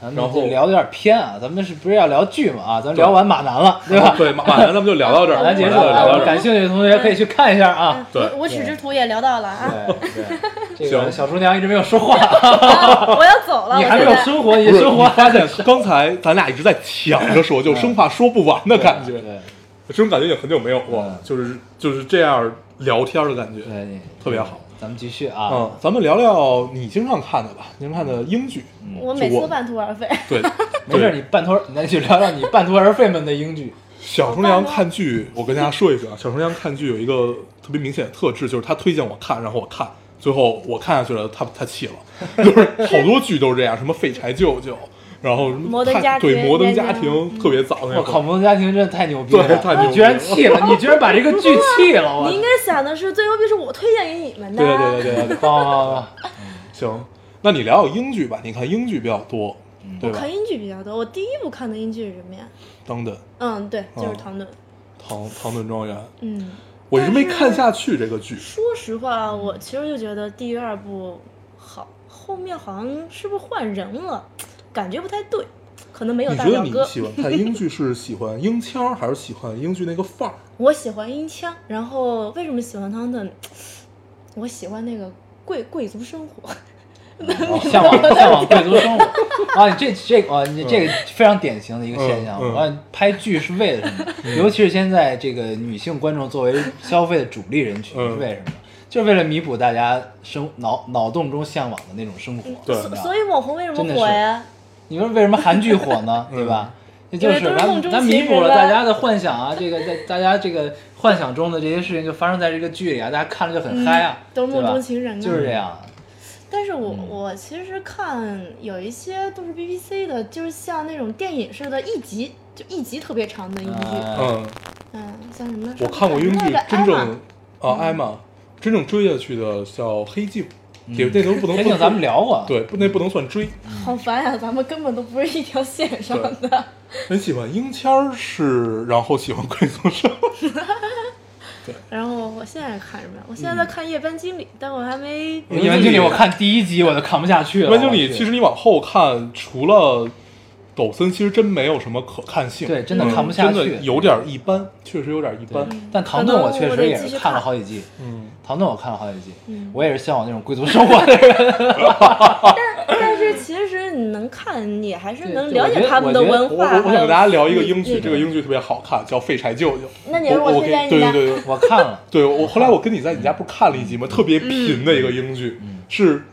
[SPEAKER 2] 咱
[SPEAKER 1] 然
[SPEAKER 2] 们
[SPEAKER 1] 后
[SPEAKER 2] 这聊的有点偏啊，咱们是不是要聊剧嘛啊？咱们
[SPEAKER 1] 对
[SPEAKER 2] 聊完马南了，对
[SPEAKER 1] 对
[SPEAKER 2] 吧？
[SPEAKER 1] 对，马马南咱们就聊到这儿，
[SPEAKER 2] 马南结
[SPEAKER 1] 马
[SPEAKER 2] 束
[SPEAKER 1] 南
[SPEAKER 2] 了
[SPEAKER 1] 聊到
[SPEAKER 2] 啊，
[SPEAKER 1] 这儿，
[SPEAKER 2] 感兴趣的同学可以去看一下啊。
[SPEAKER 1] 对
[SPEAKER 3] 我我取之图也聊到了啊，
[SPEAKER 2] [laughs] 对
[SPEAKER 3] [laughs]
[SPEAKER 2] 对，这个
[SPEAKER 1] 行
[SPEAKER 2] 小厨娘一直没有说话，
[SPEAKER 3] 啊我要走了，
[SPEAKER 2] 你
[SPEAKER 3] 我
[SPEAKER 2] 还没有
[SPEAKER 3] 现在
[SPEAKER 2] 生活，你
[SPEAKER 1] 不是
[SPEAKER 2] 生
[SPEAKER 1] 你
[SPEAKER 2] 活 [laughs] 嗯
[SPEAKER 1] 发现刚才咱俩一直在抢着说，就生怕说不完的感觉。
[SPEAKER 2] 对，
[SPEAKER 1] 这种感觉也很久没有过了，
[SPEAKER 2] 嗯
[SPEAKER 1] 就是就是这样聊天的感觉。
[SPEAKER 2] 对，你
[SPEAKER 1] 特别好。
[SPEAKER 2] 咱们继续啊，
[SPEAKER 1] 嗯，咱们聊聊你经常看的吧，经常看的英剧。
[SPEAKER 3] 我每
[SPEAKER 1] 就
[SPEAKER 3] 次
[SPEAKER 1] 我
[SPEAKER 3] 都半途而废。
[SPEAKER 1] 对，
[SPEAKER 2] 嗯没事儿，
[SPEAKER 1] 对
[SPEAKER 2] 你半途而咱去聊聊你半途而废们的英剧。
[SPEAKER 1] 小重阳看剧，我跟大家说一声啊，小重阳看剧有一个特别明显的特质，就是他推荐我看，然后我看，最后我看下去了，他 [laughs] 他气了，就是好多剧都是这样，什么废柴舅舅，然后什么
[SPEAKER 3] [laughs] 摩登
[SPEAKER 1] 太
[SPEAKER 3] 家庭
[SPEAKER 1] 对摩登家
[SPEAKER 3] 家
[SPEAKER 1] 庭
[SPEAKER 3] 庭
[SPEAKER 1] 特别早那会
[SPEAKER 2] 我
[SPEAKER 1] 儿
[SPEAKER 2] 靠，，摩登家庭真的太牛逼了！
[SPEAKER 1] 对太牛逼了
[SPEAKER 2] 你居然气了，你居然把这个剧气了，我
[SPEAKER 3] 你应。该想的是，最牛逼是我推荐给
[SPEAKER 2] 哦
[SPEAKER 3] 你们的。
[SPEAKER 1] 对对对对对对，
[SPEAKER 2] 棒棒棒！
[SPEAKER 1] 行，那你聊聊英剧吧，你看英剧比较多，对
[SPEAKER 3] 嗯我
[SPEAKER 1] 吧
[SPEAKER 3] 看？英剧比较多，我第一部看的英剧是什么呀？
[SPEAKER 1] 当的
[SPEAKER 3] 嗯，对，就是
[SPEAKER 1] 哦
[SPEAKER 3] 《唐顿》。
[SPEAKER 1] 唐唐顿庄园，
[SPEAKER 3] 嗯，
[SPEAKER 1] 我一直没看下去这个剧，
[SPEAKER 3] 说实话，我其实就觉得第二部好，后面好像是不是换人了，感觉不太对，可能没有
[SPEAKER 1] 你
[SPEAKER 3] 大
[SPEAKER 1] 觉得
[SPEAKER 3] 表
[SPEAKER 1] 你
[SPEAKER 3] 哥。 [laughs]
[SPEAKER 1] 喜欢看英剧是喜欢英腔儿还是喜欢英剧那个范儿？
[SPEAKER 3] 我喜欢音腔，然后为什么喜欢唐顿？我喜欢那个贵贵族生活，
[SPEAKER 2] 哦向往向往贵族生活啊！你这这个啊，你这个非常典型的一个现象。
[SPEAKER 1] 嗯嗯嗯
[SPEAKER 2] 我感觉拍剧是为了什么？尤其是现在这个女性观众作为消费的主力人群，
[SPEAKER 1] 嗯
[SPEAKER 2] 是为什么？就是为了弥补大家生脑脑洞中向往的那种生活。
[SPEAKER 1] 对
[SPEAKER 2] 你知道吗
[SPEAKER 3] 嗯所以网红为什么
[SPEAKER 2] 真的是
[SPEAKER 3] 火呀？
[SPEAKER 2] 你说为什么韩剧火呢？
[SPEAKER 1] 嗯
[SPEAKER 2] 对吧？那就是
[SPEAKER 3] 因为都是梦
[SPEAKER 2] 咱
[SPEAKER 3] 中
[SPEAKER 2] 咱
[SPEAKER 3] 情
[SPEAKER 2] 弥
[SPEAKER 3] 人
[SPEAKER 2] 补了
[SPEAKER 3] 吧
[SPEAKER 2] 大家的幻想啊，这个在大家这个幻想中的这些事情就发生在这个剧里啊，大家看了就很嗨啊，
[SPEAKER 3] 都是
[SPEAKER 2] 对
[SPEAKER 3] 梦
[SPEAKER 2] 吧
[SPEAKER 3] 嗯中情人啊
[SPEAKER 2] 就是这样。
[SPEAKER 3] 但是
[SPEAKER 1] 嗯
[SPEAKER 3] 我、我其实看有一些都是 BBC 的，就是像那种电影似的，一集就一集特别长的英剧，
[SPEAKER 2] 嗯，
[SPEAKER 1] 嗯，
[SPEAKER 3] 嗯，像什么？哎
[SPEAKER 1] 我看过英剧真
[SPEAKER 3] 艾玛
[SPEAKER 1] 正啊
[SPEAKER 3] 嗯
[SPEAKER 1] 艾玛真正追下去的叫《黑镜》，也那都不能
[SPEAKER 2] 嗯黑
[SPEAKER 1] 算
[SPEAKER 2] 镜咱们聊过，
[SPEAKER 1] 对，不那不能算追。
[SPEAKER 3] 好烦呀、咱们根本都不是一条线上
[SPEAKER 1] [laughs]
[SPEAKER 3] 的。
[SPEAKER 1] 很喜欢英签儿是，然后喜欢贵族生活。
[SPEAKER 3] 然后我现在看什么呀？我现在在看《夜班经理》，但我还没。
[SPEAKER 1] 嗯
[SPEAKER 2] 《叶问经理》我看第一集我就看不下去
[SPEAKER 1] [laughs]
[SPEAKER 2] 了。
[SPEAKER 1] 万经理，
[SPEAKER 2] 我去
[SPEAKER 1] 其实你往后看，除了抖森，其实真没有什么可看性，
[SPEAKER 2] 对真的看不下
[SPEAKER 1] 嗯真
[SPEAKER 2] 去
[SPEAKER 1] 的有嗯点一般，确实有点一般。
[SPEAKER 2] 但唐顿我确实也是看了好几季，
[SPEAKER 1] 嗯，
[SPEAKER 2] 唐顿我看了好几季
[SPEAKER 3] 嗯，
[SPEAKER 2] 我也是向往那种贵族生活的人。
[SPEAKER 3] [laughs] 但是其实你能看，你还是
[SPEAKER 2] 对
[SPEAKER 3] 能
[SPEAKER 2] 对
[SPEAKER 3] 了
[SPEAKER 2] 我觉
[SPEAKER 3] 解
[SPEAKER 2] 得
[SPEAKER 3] 他们的
[SPEAKER 2] 我觉得
[SPEAKER 3] 文
[SPEAKER 1] 我
[SPEAKER 3] 化。
[SPEAKER 1] 我我想
[SPEAKER 3] 还有
[SPEAKER 1] 跟大家聊一个英
[SPEAKER 3] 那
[SPEAKER 1] 剧，
[SPEAKER 3] 个
[SPEAKER 1] 这个英剧特别好看，叫《废柴舅舅》。
[SPEAKER 3] 嗯那你让
[SPEAKER 1] 我
[SPEAKER 3] 我推荐
[SPEAKER 1] 给
[SPEAKER 3] 你
[SPEAKER 1] 对
[SPEAKER 3] 的
[SPEAKER 1] 对对对，
[SPEAKER 2] 我看了，
[SPEAKER 1] 对我后来我跟你在你家不是看了一集吗？特别贫的一个英剧，
[SPEAKER 2] 嗯
[SPEAKER 1] 是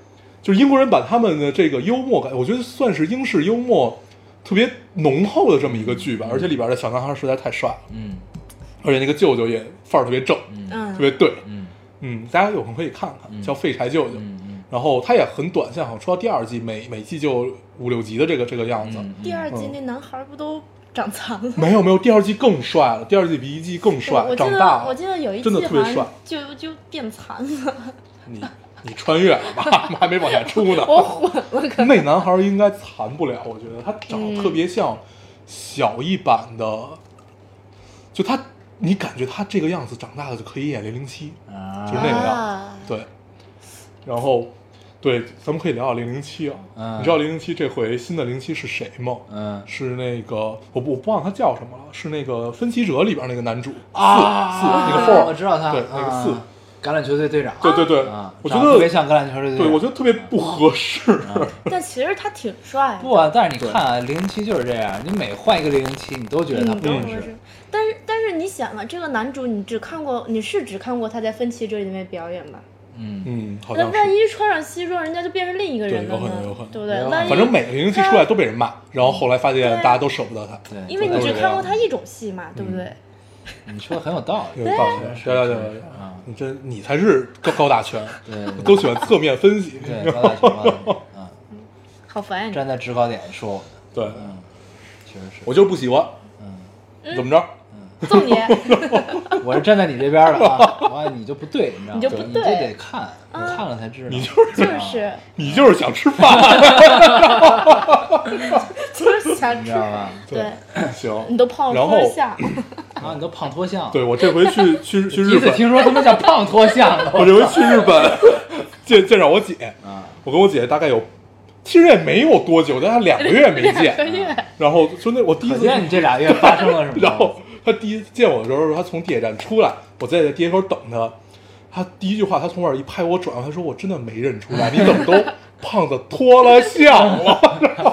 [SPEAKER 1] 就是英国人把他们的这个幽默感，我觉得算是英式幽默特别浓厚的这么一个剧吧。而且里边的小男孩实在太帅了，
[SPEAKER 2] 嗯
[SPEAKER 1] 而且那个舅舅也范儿特别正，特别
[SPEAKER 3] 嗯，
[SPEAKER 1] 对。
[SPEAKER 2] 嗯
[SPEAKER 1] 嗯，大家有空可以看看，叫《废柴舅舅》。
[SPEAKER 2] 嗯嗯
[SPEAKER 1] 然后它也很短，现在好像出到第二季，每每季就五六集的这个这个样子。
[SPEAKER 2] 嗯，
[SPEAKER 3] 第二季那男孩不都长残了？
[SPEAKER 1] 没有没有，第二季更帅了，第二季比一季更帅
[SPEAKER 3] 我，记
[SPEAKER 1] 长
[SPEAKER 3] 得
[SPEAKER 1] 大了。
[SPEAKER 3] 我记得有一
[SPEAKER 1] 真的
[SPEAKER 3] 季
[SPEAKER 1] 特别
[SPEAKER 3] 好
[SPEAKER 1] 帅
[SPEAKER 3] 像就就变残了，
[SPEAKER 1] 你你穿越了吧？ [laughs] 还没往下出呢。
[SPEAKER 3] 我混了可
[SPEAKER 1] [laughs]
[SPEAKER 3] 能。
[SPEAKER 1] 那男孩儿应该残不了，我觉得他长得特别像小一版的，就他，你感觉他这个样子长大了就可以演零零七，
[SPEAKER 2] 啊
[SPEAKER 1] 就是那个样子，
[SPEAKER 3] 啊
[SPEAKER 1] 对。然后，对，咱们可以聊聊零零七啊。
[SPEAKER 2] 嗯
[SPEAKER 1] 你知道零零七这回新的零七是谁吗？
[SPEAKER 2] 嗯
[SPEAKER 1] 是那个我不我不忘他叫什么了，是那个《分歧者》里边那个男主
[SPEAKER 2] 啊，
[SPEAKER 1] 四四那个
[SPEAKER 2] 啊
[SPEAKER 1] four，
[SPEAKER 2] 我知道他，
[SPEAKER 1] 对那个
[SPEAKER 2] 啊
[SPEAKER 1] 四，
[SPEAKER 2] 橄榄球队队长，
[SPEAKER 1] 对对对
[SPEAKER 2] 啊，，
[SPEAKER 1] 我觉
[SPEAKER 2] 长特别
[SPEAKER 1] 得
[SPEAKER 2] 像橄嗯榄球队队
[SPEAKER 1] 对
[SPEAKER 2] 长，
[SPEAKER 1] 我觉得特别不合适，
[SPEAKER 3] 但其实他挺帅的。
[SPEAKER 2] 不啊，但是你看啊，零零七就是这样，你每换一个零零七，你都觉得他
[SPEAKER 3] 嗯，
[SPEAKER 2] 不
[SPEAKER 3] 都
[SPEAKER 2] 合
[SPEAKER 3] 合
[SPEAKER 2] 适
[SPEAKER 3] 适。。但是但是你想啊，这个男主你只看过，你是只看过他在《分歧者》里面表演吧？
[SPEAKER 2] 嗯，
[SPEAKER 1] [laughs] 嗯，好
[SPEAKER 3] 那
[SPEAKER 1] 像是。
[SPEAKER 3] 万一穿上西装，人家就变成另一个人
[SPEAKER 1] 对
[SPEAKER 3] 了
[SPEAKER 1] 有可能有可
[SPEAKER 3] 呢
[SPEAKER 1] 能，
[SPEAKER 3] 对不对
[SPEAKER 2] 有可？能
[SPEAKER 3] 万一
[SPEAKER 1] 反正每个零零七出来都被人骂，然后后来发现
[SPEAKER 3] 对啊
[SPEAKER 1] 大家都舍不得他。
[SPEAKER 2] 对，
[SPEAKER 3] 因为
[SPEAKER 2] 都
[SPEAKER 3] 你
[SPEAKER 2] 是
[SPEAKER 3] 只
[SPEAKER 2] 这
[SPEAKER 3] 看
[SPEAKER 2] 样
[SPEAKER 3] 过他一种戏嘛，对不对？
[SPEAKER 1] 嗯
[SPEAKER 2] 你说的很有道理
[SPEAKER 1] 有，道理，对对对对
[SPEAKER 2] 啊，
[SPEAKER 1] 你真你才是高高大全，
[SPEAKER 2] 对对
[SPEAKER 1] 都喜欢侧面分析。
[SPEAKER 2] 对，高大上
[SPEAKER 3] 嗯
[SPEAKER 2] 啊，
[SPEAKER 3] 好烦呀
[SPEAKER 2] 站在制高点说我们，
[SPEAKER 1] 对，
[SPEAKER 2] 嗯，确实是，
[SPEAKER 1] 我就是不喜欢，
[SPEAKER 3] 嗯
[SPEAKER 1] 怎么着？
[SPEAKER 3] 你！揍你！
[SPEAKER 1] [laughs]
[SPEAKER 2] 我是站在你这边的啊，我你就不对，你知道吗？
[SPEAKER 3] 你就不
[SPEAKER 2] 对你就
[SPEAKER 3] 对
[SPEAKER 2] 得看，你看了才知道，
[SPEAKER 1] 你就是
[SPEAKER 3] 就是
[SPEAKER 1] 你就是想吃饭，
[SPEAKER 3] 就是瞎
[SPEAKER 2] 你
[SPEAKER 3] 吃
[SPEAKER 2] 知道，吧？
[SPEAKER 3] 对你
[SPEAKER 2] 嗯
[SPEAKER 1] [laughs] 行。
[SPEAKER 3] 都胖
[SPEAKER 1] 然
[SPEAKER 3] 了
[SPEAKER 1] 后
[SPEAKER 3] 脱
[SPEAKER 1] [laughs]
[SPEAKER 3] 下，
[SPEAKER 2] 啊，你都胖脱相了，
[SPEAKER 1] 对我这回去去去
[SPEAKER 2] 第
[SPEAKER 1] 日
[SPEAKER 2] 一次
[SPEAKER 1] 本，
[SPEAKER 2] 听说他们叫胖脱
[SPEAKER 1] [laughs]
[SPEAKER 2] 相了，
[SPEAKER 1] 我这回去日本 [laughs] 见见着我姐，
[SPEAKER 2] 啊，
[SPEAKER 1] 我跟我姐大概有，其实也没有多久，大概两个月没
[SPEAKER 3] 两个
[SPEAKER 1] 见。啊
[SPEAKER 3] 月
[SPEAKER 1] 然后就那我第一
[SPEAKER 2] 可
[SPEAKER 1] 次
[SPEAKER 2] 见你这俩月发生了什么？
[SPEAKER 1] [laughs] 然后他第一次见我的时候，他从地铁站出来，我在地铁口等他。他第一句话，他从我这儿一拍我转过来，他说：“我真的没认
[SPEAKER 2] [laughs]
[SPEAKER 1] 出来，你怎么都胖子脱了相了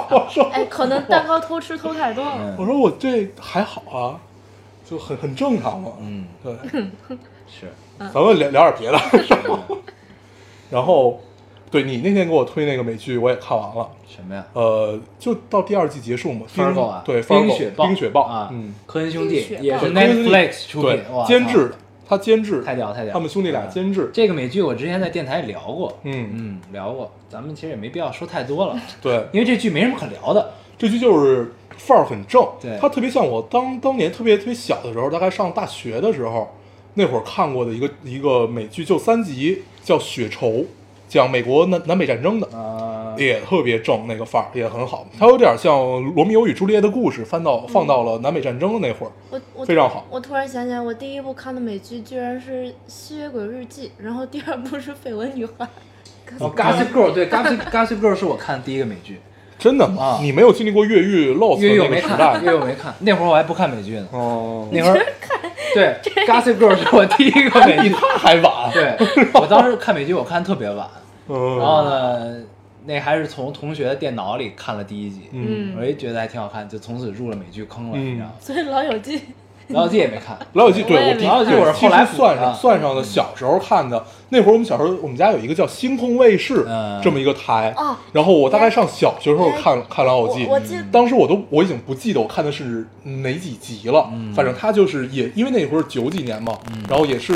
[SPEAKER 1] [laughs]
[SPEAKER 3] 哎，可能蛋糕偷吃偷太多了。
[SPEAKER 2] 嗯？”
[SPEAKER 1] 我说：“我这还好啊。”就很很正常嘛。
[SPEAKER 2] 嗯，
[SPEAKER 1] 对，
[SPEAKER 2] 是，
[SPEAKER 1] 咱们聊聊点别
[SPEAKER 2] [laughs]
[SPEAKER 1] 的。然后，对你那天给我推那个美剧，我也看完了。
[SPEAKER 2] 什么呀？
[SPEAKER 1] 呃，就到第二季结束嘛。
[SPEAKER 2] f a
[SPEAKER 1] 冰
[SPEAKER 2] r g 啊，
[SPEAKER 1] 对，
[SPEAKER 2] 冰
[SPEAKER 1] Fargo，
[SPEAKER 2] 雪暴，
[SPEAKER 1] 冰雪暴
[SPEAKER 2] 啊，
[SPEAKER 1] 嗯，
[SPEAKER 2] 科恩兄弟
[SPEAKER 3] 冰雪暴
[SPEAKER 1] 对
[SPEAKER 2] 也是
[SPEAKER 1] 科恩
[SPEAKER 2] Netflix 出
[SPEAKER 1] 对
[SPEAKER 2] 品，哇，
[SPEAKER 1] 监
[SPEAKER 2] 操
[SPEAKER 1] 制的，他监制，
[SPEAKER 2] 太屌太屌！
[SPEAKER 1] 他们兄弟俩监制
[SPEAKER 2] 这个美剧，我之前在电台也聊过，
[SPEAKER 1] 嗯，
[SPEAKER 2] 嗯，聊过，咱们其实也没必要说太多了，
[SPEAKER 1] 对，
[SPEAKER 2] 因为这剧没什么可聊的。
[SPEAKER 1] 这剧就是范儿很正，
[SPEAKER 2] 对
[SPEAKER 1] 它特别像我当当年特别特别小的时候，大概上大学的时候，那会儿看过的一个一个美剧，就三集，叫《血仇》，讲美国南南北战争的，
[SPEAKER 2] 呃，
[SPEAKER 1] 也特别正，那个范儿也很好，它有点像《罗密欧与朱丽叶》的故事，翻
[SPEAKER 2] 嗯
[SPEAKER 1] 到放到了南北战争的那会儿，
[SPEAKER 3] 我我
[SPEAKER 1] 非常好
[SPEAKER 3] 我突然想起来，我第一部看的美剧居然是《吸血鬼日记》，然后第二部是《绯闻女孩》。
[SPEAKER 2] 哦，Gossip Girl，对，Gossip Gossip Girl 是我看的第一个美剧，
[SPEAKER 1] 真的
[SPEAKER 2] 啊
[SPEAKER 1] 吗？你没有经历过越狱 Lost
[SPEAKER 2] 因
[SPEAKER 1] 的
[SPEAKER 2] 为我
[SPEAKER 1] 那个
[SPEAKER 2] 没
[SPEAKER 1] 时
[SPEAKER 2] 看，因
[SPEAKER 1] 代
[SPEAKER 2] 为我没看，那会儿我还不看美剧呢，
[SPEAKER 1] 哦，
[SPEAKER 2] 那会儿对，Gossip Girl 是我第一个美
[SPEAKER 1] 比
[SPEAKER 2] [laughs] 剧，
[SPEAKER 1] 他 [laughs] 还晚，
[SPEAKER 2] 对我当时看美剧我看特别晚，然
[SPEAKER 1] 嗯
[SPEAKER 2] 后呢，那还是从同学的电脑里看了第一集，
[SPEAKER 1] 嗯，
[SPEAKER 2] 我也觉得还挺好看，就从此入了美剧坑了，你知道吗？
[SPEAKER 3] [laughs] 所以《老友记》
[SPEAKER 2] 老友记也没看，
[SPEAKER 1] 老友记，对
[SPEAKER 3] 我也
[SPEAKER 1] 我第
[SPEAKER 3] 没看
[SPEAKER 2] 老友记我是后来
[SPEAKER 1] 其实算
[SPEAKER 2] 补的
[SPEAKER 1] 上算上的，小时候看的。那会儿我们小时候，我们家有一个叫星空卫视
[SPEAKER 2] 嗯
[SPEAKER 1] 这么一个台
[SPEAKER 3] 哦，
[SPEAKER 1] 然后我大概上小学时候看看老友记
[SPEAKER 3] 我我记得，
[SPEAKER 1] 当时我都我已经不记得我看的是哪几集了，
[SPEAKER 2] 嗯
[SPEAKER 1] 反正他就是也因为那会儿九几年嘛，然后也是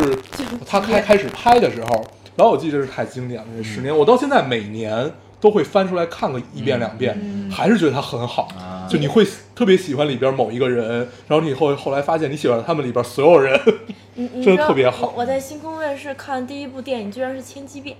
[SPEAKER 1] 他开开始拍的时候，老友记真是太经典了，
[SPEAKER 2] 嗯
[SPEAKER 1] 这十年我到现在每年。都会翻出来看个一遍两遍，还是觉得他很好。
[SPEAKER 2] 嗯啊
[SPEAKER 1] 就你会特别喜欢里边某一个人，然后你后后来发现你喜欢他们里边所有人，
[SPEAKER 3] 你你
[SPEAKER 1] 真
[SPEAKER 3] 知
[SPEAKER 1] 的
[SPEAKER 3] 道
[SPEAKER 1] 特别好
[SPEAKER 3] 我我在星空卫视看的第一部电影居然是《千机变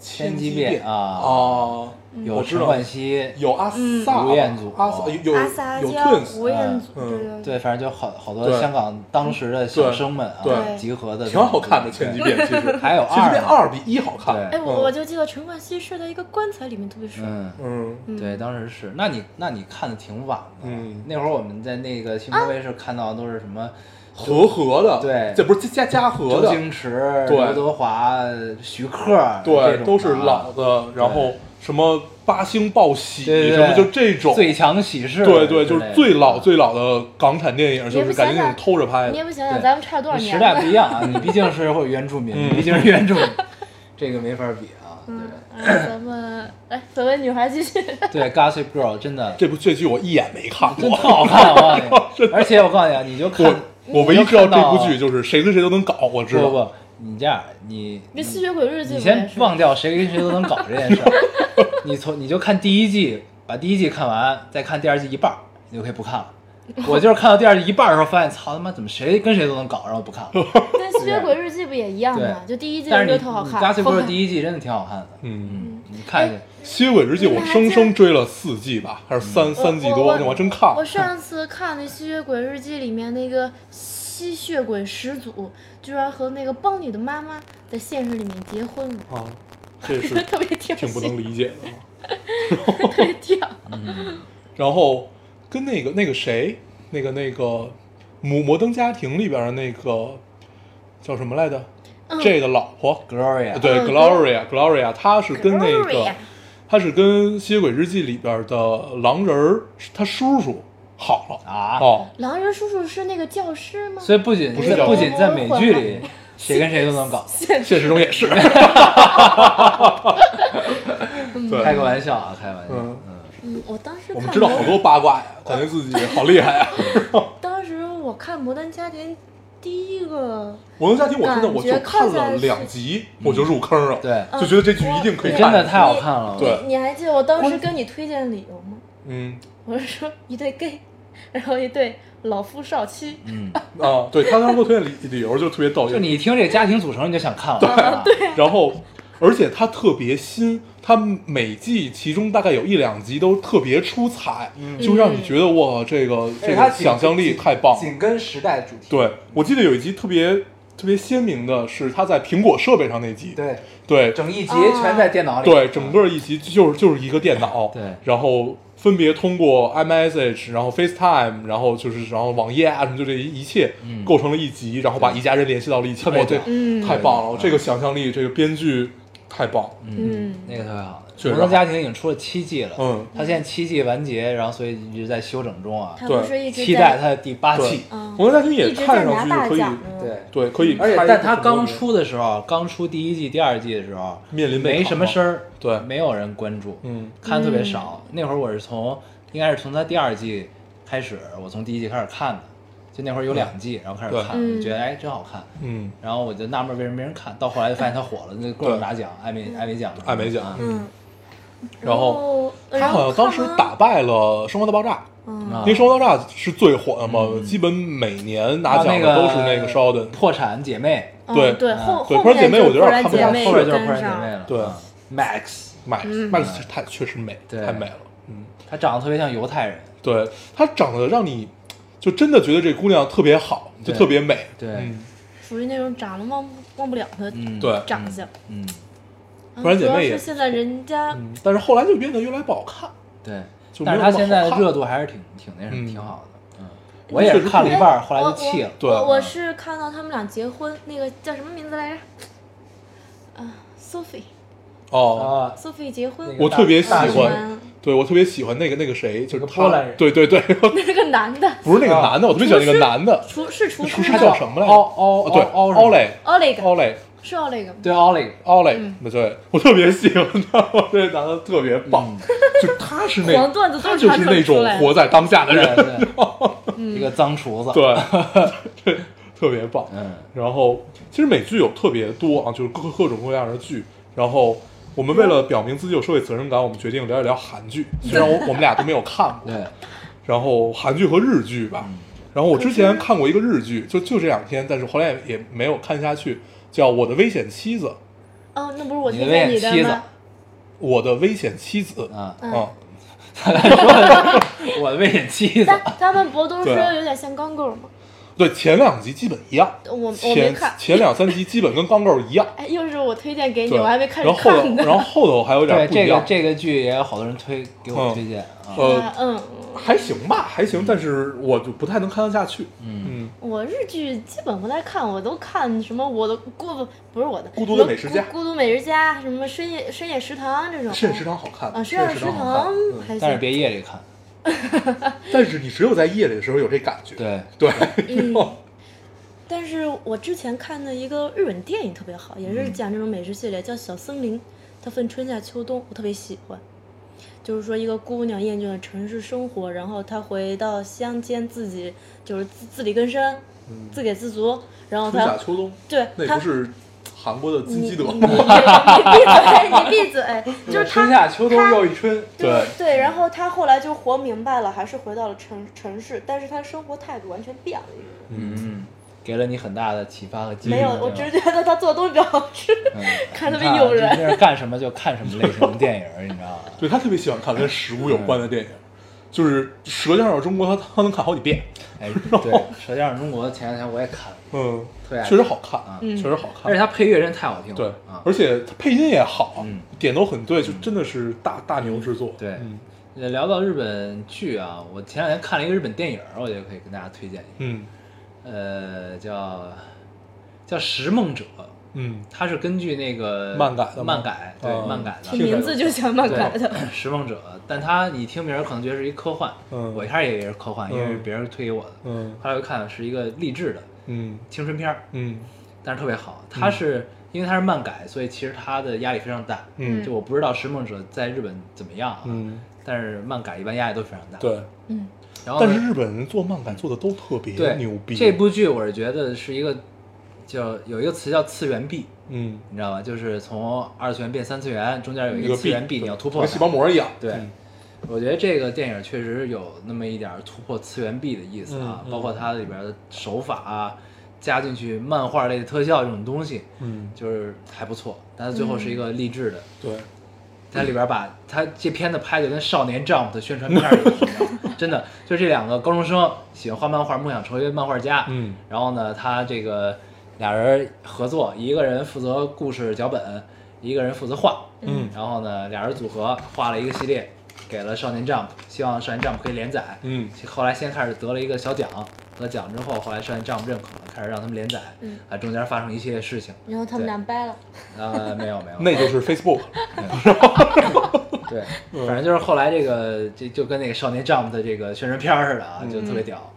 [SPEAKER 2] 千
[SPEAKER 1] 机
[SPEAKER 2] 机
[SPEAKER 1] 变
[SPEAKER 2] 变啊，
[SPEAKER 1] 哦，
[SPEAKER 2] 有
[SPEAKER 1] 我知
[SPEAKER 2] 陈
[SPEAKER 1] 道
[SPEAKER 2] 冠希，
[SPEAKER 1] 有阿萨吧
[SPEAKER 2] 吴彦祖哦
[SPEAKER 1] 阿萨有有》，
[SPEAKER 3] 阿萨阿
[SPEAKER 1] 有
[SPEAKER 3] 娇、吴
[SPEAKER 1] Twins，
[SPEAKER 3] 彦祖，
[SPEAKER 1] 嗯
[SPEAKER 3] 对对对，
[SPEAKER 2] 对，反正就好好多
[SPEAKER 1] 对
[SPEAKER 2] 香港当时的小生们啊
[SPEAKER 1] 对对，
[SPEAKER 2] 集合的
[SPEAKER 1] 挺好看的《
[SPEAKER 2] 对
[SPEAKER 1] 千机变》，其实
[SPEAKER 2] 还有
[SPEAKER 1] 千机变
[SPEAKER 2] 二
[SPEAKER 1] 二比一好看。
[SPEAKER 3] 哎，
[SPEAKER 2] 对
[SPEAKER 3] 我我就记得陈冠希睡在一个棺材里面，特别爽。
[SPEAKER 2] 嗯。
[SPEAKER 1] 嗯，
[SPEAKER 3] 嗯
[SPEAKER 2] 对，当时是，那你那你看的挺晚的，
[SPEAKER 1] 嗯
[SPEAKER 2] 那会儿我们在那个新闻卫视看到的都是什么
[SPEAKER 1] 和和的，
[SPEAKER 2] 对
[SPEAKER 1] 这不是家家和
[SPEAKER 2] 周
[SPEAKER 1] 的，
[SPEAKER 2] 星驰、
[SPEAKER 1] 对
[SPEAKER 2] 刘德华、徐克，这
[SPEAKER 1] 对，
[SPEAKER 2] 种
[SPEAKER 1] 都是
[SPEAKER 2] 的啊
[SPEAKER 1] 老的，然后什么八星报喜，
[SPEAKER 2] 对对
[SPEAKER 1] 什么
[SPEAKER 2] 对
[SPEAKER 1] 就这种，
[SPEAKER 2] 最强喜事，
[SPEAKER 1] 对对，就是最老
[SPEAKER 2] 最。
[SPEAKER 1] 最老的港产电影，就是感觉那种偷着拍
[SPEAKER 3] 你也
[SPEAKER 1] 的。
[SPEAKER 3] 不想想
[SPEAKER 2] 对
[SPEAKER 3] 咱们差多少
[SPEAKER 2] 时
[SPEAKER 3] 年
[SPEAKER 2] 代
[SPEAKER 3] 了
[SPEAKER 2] 不？一样啊，你毕竟是会原住民，
[SPEAKER 1] 嗯
[SPEAKER 2] 你毕竟是原住民，这个没法比啊。
[SPEAKER 3] 嗯，哎咱们来，绯闻女孩继续。 [laughs]
[SPEAKER 2] 对对，Gossip Girl 真的
[SPEAKER 1] 这部这剧我一眼没看
[SPEAKER 2] 真
[SPEAKER 1] 过
[SPEAKER 2] 特，好看，我
[SPEAKER 1] [laughs]
[SPEAKER 2] 告诉你，而且我告诉你啊，你就看
[SPEAKER 1] 我我唯一知道这部剧
[SPEAKER 2] 就
[SPEAKER 1] 就是谁跟谁都能搞，我知
[SPEAKER 2] 不啊不
[SPEAKER 1] 道。
[SPEAKER 2] 不，你这样，你
[SPEAKER 3] 那吸血鬼日记
[SPEAKER 2] 你
[SPEAKER 3] 不也是吗，
[SPEAKER 2] 先忘掉谁跟谁都能搞这件事儿， [laughs] 你从你就看第一季，把第一季看完，再看第二季一半儿，你就可以不看了。我就是看到第二季一半儿的时候，发现操他妈怎么谁跟谁都能搞，然后不看了。
[SPEAKER 3] 但《吸血鬼日记》不也一样吗？就
[SPEAKER 2] 对
[SPEAKER 3] 第一季
[SPEAKER 2] 但是
[SPEAKER 3] 就
[SPEAKER 2] 你
[SPEAKER 3] 特好看，
[SPEAKER 2] Gossip
[SPEAKER 3] 后
[SPEAKER 2] Girl
[SPEAKER 3] 看哎
[SPEAKER 2] 第一季真的挺好看的，
[SPEAKER 1] 嗯，
[SPEAKER 2] 嗯，你看去，
[SPEAKER 1] 《吸血鬼日记》我生生追了四季吧，还是三三季多，
[SPEAKER 3] 我
[SPEAKER 1] 那我还真看
[SPEAKER 3] 我。上次看那《吸血鬼日记》里面那个吸血鬼始祖，居然和那个邦尼的妈妈在现实里面结婚了， [laughs]
[SPEAKER 1] 啊，这是
[SPEAKER 3] 特别挑
[SPEAKER 1] 挺不能
[SPEAKER 3] 衅，
[SPEAKER 1] 理解的。
[SPEAKER 3] 特别挑。
[SPEAKER 1] 然后跟那个那个谁，那个那个《摩摩登家庭》里边的那个叫什么来着？这个老婆
[SPEAKER 2] Gloria，
[SPEAKER 1] 对
[SPEAKER 3] 嗯
[SPEAKER 1] ，Gloria，Gloria，她是 [laughs] 跟那个
[SPEAKER 3] Gloria，
[SPEAKER 1] 她是跟《吸血鬼日记》里边的狼人儿他叔叔好了
[SPEAKER 2] 啊
[SPEAKER 1] 哦，
[SPEAKER 3] 狼人叔叔是那个教师吗？[laughs]
[SPEAKER 2] 所以不仅
[SPEAKER 1] 不是叫
[SPEAKER 2] 不仅在美剧里，谁跟谁都能搞，
[SPEAKER 1] [laughs] 现实中也是。对，
[SPEAKER 2] 开个玩笑啊，开个玩笑。
[SPEAKER 1] 嗯
[SPEAKER 3] 嗯，我当时
[SPEAKER 1] 我
[SPEAKER 3] 看
[SPEAKER 1] 们知道
[SPEAKER 3] 摩
[SPEAKER 1] 好多八卦呀，感觉自己好厉害啊
[SPEAKER 3] 嗯
[SPEAKER 1] 呀。
[SPEAKER 3] 当时我看《摩登家庭》第一个，
[SPEAKER 1] 摩登家庭，我真的
[SPEAKER 3] 感
[SPEAKER 1] 我
[SPEAKER 3] 觉
[SPEAKER 1] 就看
[SPEAKER 3] 看下来
[SPEAKER 1] 了
[SPEAKER 3] 是嗯
[SPEAKER 1] 两集，我就入坑了，
[SPEAKER 2] 嗯对
[SPEAKER 1] 就觉得这剧一定可以
[SPEAKER 2] 你
[SPEAKER 1] 看。
[SPEAKER 2] 真的太好看了，
[SPEAKER 1] 对
[SPEAKER 3] 你还记得我当时跟你推荐的理由吗？
[SPEAKER 1] 嗯
[SPEAKER 3] 我是说一对 gay，然 [laughs] 后一对老夫少妻，
[SPEAKER 2] 嗯，
[SPEAKER 1] 啊，对他当时给我推荐理理由就特别逗，
[SPEAKER 2] 就你一听这家庭组成你就想看了，啊对，
[SPEAKER 1] 然后，而且它特别新，它每季其中大概有一两集都特别出彩，
[SPEAKER 2] 嗯
[SPEAKER 1] 就让你觉得哇，这个这
[SPEAKER 2] 它
[SPEAKER 1] 个
[SPEAKER 2] 紧
[SPEAKER 1] 想象力太棒了。
[SPEAKER 2] 跟时代主题，
[SPEAKER 1] 对，我记得有一集特别特别鲜明的是他在苹果设备上那集，
[SPEAKER 2] 对，
[SPEAKER 1] 对
[SPEAKER 2] 整一集
[SPEAKER 3] 哦
[SPEAKER 2] 全在电脑里，
[SPEAKER 1] 对，整个一集就是就是一个电脑，
[SPEAKER 2] 对
[SPEAKER 1] 然后分别通过 iMessage，然后 FaceTime，然后就是然后网页啊什么，就这一一切
[SPEAKER 2] 嗯
[SPEAKER 1] 构成了一集，然后把一家人联系到了一起，
[SPEAKER 2] 特别
[SPEAKER 1] 哇，这
[SPEAKER 2] 屌
[SPEAKER 3] 嗯
[SPEAKER 1] 太棒了！
[SPEAKER 2] 嗯
[SPEAKER 1] 这个想象力，这个编剧太棒，
[SPEAKER 3] 嗯
[SPEAKER 2] 那个特别好。
[SPEAKER 1] 确实
[SPEAKER 2] 摩登家庭已经出了七季了，
[SPEAKER 1] 嗯，
[SPEAKER 2] 它现在七季完结，然后所以一直在休整中啊，
[SPEAKER 3] 他
[SPEAKER 1] 对
[SPEAKER 3] 不是一直
[SPEAKER 2] 期待
[SPEAKER 3] 在
[SPEAKER 2] 它的第八
[SPEAKER 1] 对
[SPEAKER 2] 季。
[SPEAKER 3] 嗯
[SPEAKER 1] 摩登家庭也
[SPEAKER 3] 一直
[SPEAKER 1] 看
[SPEAKER 3] 在
[SPEAKER 1] 上
[SPEAKER 3] 拿
[SPEAKER 1] 去
[SPEAKER 3] 大
[SPEAKER 1] 可以，
[SPEAKER 3] 奖嗯呢，
[SPEAKER 2] 对，
[SPEAKER 1] 对，可以
[SPEAKER 2] 而
[SPEAKER 1] 拍一
[SPEAKER 2] 且
[SPEAKER 1] 个很多年，
[SPEAKER 2] 但它刚出的时候，刚出第一季、第二季的时候，
[SPEAKER 1] 面临被
[SPEAKER 2] 没什么
[SPEAKER 1] 砍吗
[SPEAKER 2] 声儿，
[SPEAKER 1] 对
[SPEAKER 2] 没有人关注，
[SPEAKER 1] 嗯
[SPEAKER 2] 看特别少。那会儿我是从应该是从它第二季开始，我从第一季开始看的，就那会儿有两季，然后开始
[SPEAKER 1] 对
[SPEAKER 2] 看，
[SPEAKER 3] 嗯
[SPEAKER 2] 我觉得哎真好看。
[SPEAKER 1] 嗯，
[SPEAKER 2] 然后我就纳闷为什么没人看，到后来就发现它火了，那各种拿奖，艾美艾美奖什么的，
[SPEAKER 1] 艾美奖
[SPEAKER 2] 啊
[SPEAKER 3] 嗯，
[SPEAKER 1] 然后
[SPEAKER 3] 哦呃后
[SPEAKER 1] 他好像当时打，败了《生活大爆炸》，
[SPEAKER 3] 嗯
[SPEAKER 2] 啊嗯
[SPEAKER 1] 因为《生活大爆炸》是最火的嘛，基本每年拿奖
[SPEAKER 2] 那
[SPEAKER 1] 的
[SPEAKER 2] 个
[SPEAKER 1] 都是那个
[SPEAKER 3] 嗯
[SPEAKER 1] Sheldon。
[SPEAKER 2] 破产姐妹，
[SPEAKER 1] 对
[SPEAKER 3] 嗯对后
[SPEAKER 1] 对
[SPEAKER 3] 后
[SPEAKER 1] 突然姐
[SPEAKER 3] 面
[SPEAKER 1] 妹我
[SPEAKER 3] 就
[SPEAKER 1] 有
[SPEAKER 3] 突
[SPEAKER 1] 点
[SPEAKER 3] 然
[SPEAKER 1] 看不
[SPEAKER 3] 姐
[SPEAKER 1] 了
[SPEAKER 3] 妹
[SPEAKER 2] 后边就是
[SPEAKER 3] 跟
[SPEAKER 2] 破产
[SPEAKER 3] 上
[SPEAKER 2] 姐妹了。
[SPEAKER 1] 对
[SPEAKER 2] 啊，Max，
[SPEAKER 1] Max
[SPEAKER 3] 嗯
[SPEAKER 1] Max 太确实美，
[SPEAKER 2] 对
[SPEAKER 1] 太美了。嗯，
[SPEAKER 2] 她长得特别像犹太人，
[SPEAKER 1] 对，她长得让你就真的觉得这姑娘特别好，就
[SPEAKER 2] 对
[SPEAKER 1] 特别美。
[SPEAKER 2] 对，
[SPEAKER 1] 嗯，
[SPEAKER 3] 属于那种长得忘不忘不了的
[SPEAKER 2] 嗯，
[SPEAKER 1] 对
[SPEAKER 3] 长相。
[SPEAKER 2] 嗯，
[SPEAKER 3] 嗯
[SPEAKER 1] 不然姐妹
[SPEAKER 3] 主要
[SPEAKER 1] 也
[SPEAKER 3] 是现在人家
[SPEAKER 1] 嗯，但是后来就变得越来越不好看。
[SPEAKER 2] 对，
[SPEAKER 1] 就没有
[SPEAKER 2] 但是
[SPEAKER 1] 那
[SPEAKER 2] 他
[SPEAKER 1] 么
[SPEAKER 2] 现
[SPEAKER 1] 好
[SPEAKER 2] 在
[SPEAKER 1] 看
[SPEAKER 2] 热度还是挺挺那什么，
[SPEAKER 1] 嗯
[SPEAKER 2] 挺好的。嗯，我也是看了一半儿，后来就弃了。
[SPEAKER 1] 对嗯
[SPEAKER 3] 我我是看到他们俩结婚，那个叫什么名字来着？啊，Sophie，Sophie
[SPEAKER 1] 哦，
[SPEAKER 2] 啊，
[SPEAKER 3] 结婚
[SPEAKER 2] 那，个
[SPEAKER 1] 我特别喜
[SPEAKER 2] 大学
[SPEAKER 1] 欢，对我特别喜欢那个那个谁，就是
[SPEAKER 2] 那个
[SPEAKER 1] 他
[SPEAKER 2] 波兰人
[SPEAKER 1] 对对对，
[SPEAKER 3] 那个男的，
[SPEAKER 1] 不是那个男的，我特别喜欢那个
[SPEAKER 3] 厨师
[SPEAKER 1] 男的，
[SPEAKER 3] 厨是厨
[SPEAKER 1] 厨
[SPEAKER 3] 师
[SPEAKER 1] 师
[SPEAKER 3] 吗
[SPEAKER 1] 叫什么来着？哦
[SPEAKER 2] 奥奥
[SPEAKER 1] 哦对
[SPEAKER 2] 奥
[SPEAKER 1] 奥雷
[SPEAKER 3] Oleg，
[SPEAKER 1] 奥雷
[SPEAKER 3] 是 Oleg 吗？
[SPEAKER 1] [laughs]
[SPEAKER 2] 对 Ollie，
[SPEAKER 1] 奥雷
[SPEAKER 3] 嗯，
[SPEAKER 1] 那对我特别喜欢他，我这男的特别棒，就他是那
[SPEAKER 3] 嗯黄段子都
[SPEAKER 1] 他
[SPEAKER 3] 是
[SPEAKER 1] 就
[SPEAKER 3] 他
[SPEAKER 1] 是
[SPEAKER 3] 整
[SPEAKER 1] 那
[SPEAKER 3] 出
[SPEAKER 1] 种
[SPEAKER 3] 来的
[SPEAKER 1] 活在当下的
[SPEAKER 2] 对
[SPEAKER 1] 人，
[SPEAKER 2] 对，一个脏厨子。，
[SPEAKER 1] [laughs] 对，对，特别棒。
[SPEAKER 2] 嗯，
[SPEAKER 1] 然后其实美剧有特别多啊，就是各各种各样的剧。然后我们为了表明自己有社会责任感，我们决定聊一聊韩剧，虽然我我们俩都没有看过。
[SPEAKER 2] 对， [laughs]
[SPEAKER 1] 然后韩剧和日剧吧。
[SPEAKER 2] 嗯
[SPEAKER 1] 然后我之前看过一个日剧，就就这两天，但是后来也也没有看下去，叫《我的危险妻子》，《
[SPEAKER 3] 哦，那不是我
[SPEAKER 2] 你
[SPEAKER 3] 推
[SPEAKER 2] 的
[SPEAKER 3] 荐
[SPEAKER 2] 恋
[SPEAKER 3] 你
[SPEAKER 2] 妻
[SPEAKER 3] 的
[SPEAKER 2] 子
[SPEAKER 3] 吗？
[SPEAKER 1] 我的危险妻子》
[SPEAKER 2] 啊，
[SPEAKER 3] 嗯
[SPEAKER 1] 啊，
[SPEAKER 2] 我的危险妻子
[SPEAKER 3] 但他们不都说
[SPEAKER 1] 对啊
[SPEAKER 3] 有点像钢构吗？
[SPEAKER 1] 对，前两集基本一样，
[SPEAKER 3] 我我没
[SPEAKER 1] 前
[SPEAKER 3] 看，。
[SPEAKER 1] 前两三集基本跟钢构一样
[SPEAKER 3] 哎，又是我推荐给你，
[SPEAKER 1] 对，
[SPEAKER 3] 我还没开始
[SPEAKER 1] 然后后头
[SPEAKER 3] 看，呢。
[SPEAKER 1] 然后后头还有点
[SPEAKER 2] 对
[SPEAKER 1] 不一
[SPEAKER 2] 这
[SPEAKER 1] 样
[SPEAKER 2] 个。这个剧也有好多人推给我
[SPEAKER 1] 嗯
[SPEAKER 2] 推荐啊。
[SPEAKER 3] [laughs]
[SPEAKER 1] 呃，
[SPEAKER 3] 嗯，
[SPEAKER 1] 还行吧，还行，但是我就不太能看得下去。嗯
[SPEAKER 3] 我日剧基本不太看，我都看什么我的孤不是我的
[SPEAKER 1] 孤独的美食家
[SPEAKER 3] 孤孤独美食家什么深夜深夜食堂这种，
[SPEAKER 1] 深夜食堂好看
[SPEAKER 3] 哦啊，深
[SPEAKER 1] 深夜
[SPEAKER 3] 夜
[SPEAKER 1] 食
[SPEAKER 3] 食
[SPEAKER 1] 堂好看
[SPEAKER 3] 堂
[SPEAKER 1] 嗯
[SPEAKER 3] 还
[SPEAKER 2] 但是
[SPEAKER 3] 行，
[SPEAKER 2] 别夜里看，
[SPEAKER 1] 但是你只有在夜里的时候有这感觉。
[SPEAKER 2] 对，
[SPEAKER 1] 对， [laughs]
[SPEAKER 3] 嗯但是我之前看的一个日本电影特别
[SPEAKER 1] 嗯
[SPEAKER 3] 好，也是讲这种美食系列，叫《小森林》，它分春夏秋冬，我特别喜欢。就是说，一个姑娘厌倦了城市生活，然后她回到乡间，自己就是自自力更生，自给自足，然后
[SPEAKER 1] 嗯春夏
[SPEAKER 3] 她
[SPEAKER 1] 秋冬，
[SPEAKER 3] 对
[SPEAKER 1] 那
[SPEAKER 3] 她
[SPEAKER 1] 不是韩国的金基德
[SPEAKER 3] 你
[SPEAKER 1] 吗？
[SPEAKER 3] [laughs] 你闭嘴，你
[SPEAKER 1] [laughs]
[SPEAKER 3] 闭嘴！就是
[SPEAKER 2] 春
[SPEAKER 3] 他，
[SPEAKER 2] 夏秋冬又一春。
[SPEAKER 3] 就是对，然后他后来就活明白了，还是回到了城城市，但是他生活态度完全变了。
[SPEAKER 2] 嗯，给了你很大的启发和激励。
[SPEAKER 3] 没有，我只是觉得他做的东西比较好吃，看特别
[SPEAKER 2] 有
[SPEAKER 3] 诱人。
[SPEAKER 2] 是干什么就看什么类型的电影儿，你知
[SPEAKER 1] [laughs]
[SPEAKER 2] 道吗？
[SPEAKER 1] 对他特别喜欢看跟食物有关的电影，就是《舌尖上的中国》，他他能看好几遍。
[SPEAKER 2] 哎，对，《舌尖上的中国》前两天我也看了，
[SPEAKER 1] 嗯，
[SPEAKER 2] 对啊
[SPEAKER 1] 确实好看
[SPEAKER 2] 啊，
[SPEAKER 1] 确实好
[SPEAKER 2] 而且
[SPEAKER 1] 看。
[SPEAKER 2] 它配乐真太好听了。
[SPEAKER 1] 对，
[SPEAKER 2] 啊，
[SPEAKER 1] 而且他配音也好
[SPEAKER 2] 嗯，
[SPEAKER 1] 点都很对，就真的是大大牛制作。
[SPEAKER 2] 对
[SPEAKER 1] 嗯
[SPEAKER 2] 呃聊到日本剧啊，我前两天看了一个日本电影儿，我觉得可以跟大家推荐一下，
[SPEAKER 1] 嗯
[SPEAKER 2] 呃，叫叫《拾梦者》，
[SPEAKER 1] 嗯，
[SPEAKER 2] 它是根据那个
[SPEAKER 1] 漫改的吗
[SPEAKER 2] 漫改对、
[SPEAKER 1] 哦
[SPEAKER 2] 漫改的
[SPEAKER 1] 听着
[SPEAKER 3] 名字就像漫
[SPEAKER 2] 对
[SPEAKER 3] 改的，
[SPEAKER 2] 《拾梦者》，但它你听名儿可能觉得是一科幻，
[SPEAKER 1] 嗯
[SPEAKER 2] 我一开始也以为是科幻，因为是
[SPEAKER 1] 嗯
[SPEAKER 2] 别人推给我的，
[SPEAKER 1] 嗯
[SPEAKER 2] 后来我看是一个励志的
[SPEAKER 1] 嗯
[SPEAKER 2] 青春片儿，
[SPEAKER 1] 嗯
[SPEAKER 2] 但是特别好。它是、因为它是漫改，所以其实它的压力非常大。
[SPEAKER 1] 嗯
[SPEAKER 2] 就我不知道《拾梦者》在日本怎么样啊，
[SPEAKER 1] 嗯，
[SPEAKER 2] 但是漫改一般压力都非常大。，
[SPEAKER 1] 对。
[SPEAKER 3] 嗯，
[SPEAKER 2] 然后呢
[SPEAKER 1] 但是日本人做漫改做的都特别
[SPEAKER 2] 对
[SPEAKER 1] 牛逼。
[SPEAKER 2] 这部剧我是觉得是一个叫有一个词叫次元壁，
[SPEAKER 1] 嗯，
[SPEAKER 2] 你知道吧？就是从二次元变三次元，中间有一
[SPEAKER 1] 一个
[SPEAKER 2] 次元壁，
[SPEAKER 1] 壁
[SPEAKER 2] 你要突破
[SPEAKER 1] 跟
[SPEAKER 2] 它。
[SPEAKER 1] 细胞膜一样。
[SPEAKER 2] 对，
[SPEAKER 1] 嗯
[SPEAKER 2] 我觉得这个电影确实有那么一点儿突破次元壁的意思啊，
[SPEAKER 1] 嗯嗯
[SPEAKER 2] 包括它里边的手法啊，加进去漫画类的特效这种东西，
[SPEAKER 1] 嗯，
[SPEAKER 2] 就是还不错。但是最后是一个励志的，
[SPEAKER 1] 对，
[SPEAKER 2] 它里边把它这片子拍的跟《少年 Jump》的宣传片儿一样，你
[SPEAKER 1] [laughs]
[SPEAKER 2] 知道吗真的就这两个高中生喜欢画漫画，梦想成为漫画家。
[SPEAKER 1] 嗯，
[SPEAKER 2] 然后呢，他这个俩人合作，一个人负责故事脚本，一个人负责画。
[SPEAKER 1] 嗯
[SPEAKER 2] 然后呢，俩人组合画了一个系列，给了少年 Jump，希望少年 Jump 可以连载。
[SPEAKER 1] 嗯，
[SPEAKER 2] 后来先开始得了一个小奖，得奖之后，后来少年 Jump 认可了，开始让他们连载。
[SPEAKER 3] 嗯，
[SPEAKER 2] 啊，中间发生一系列事情。
[SPEAKER 3] 然后他们俩掰了，
[SPEAKER 2] 啊，没有没
[SPEAKER 1] [laughs]
[SPEAKER 2] 有，
[SPEAKER 1] 那就是 Facebook，
[SPEAKER 2] 对，
[SPEAKER 1] 嗯
[SPEAKER 2] 反正就是后来这个这就跟那个少年 Jump 的这个宣传片儿似的啊，就特
[SPEAKER 1] 嗯
[SPEAKER 2] 别屌。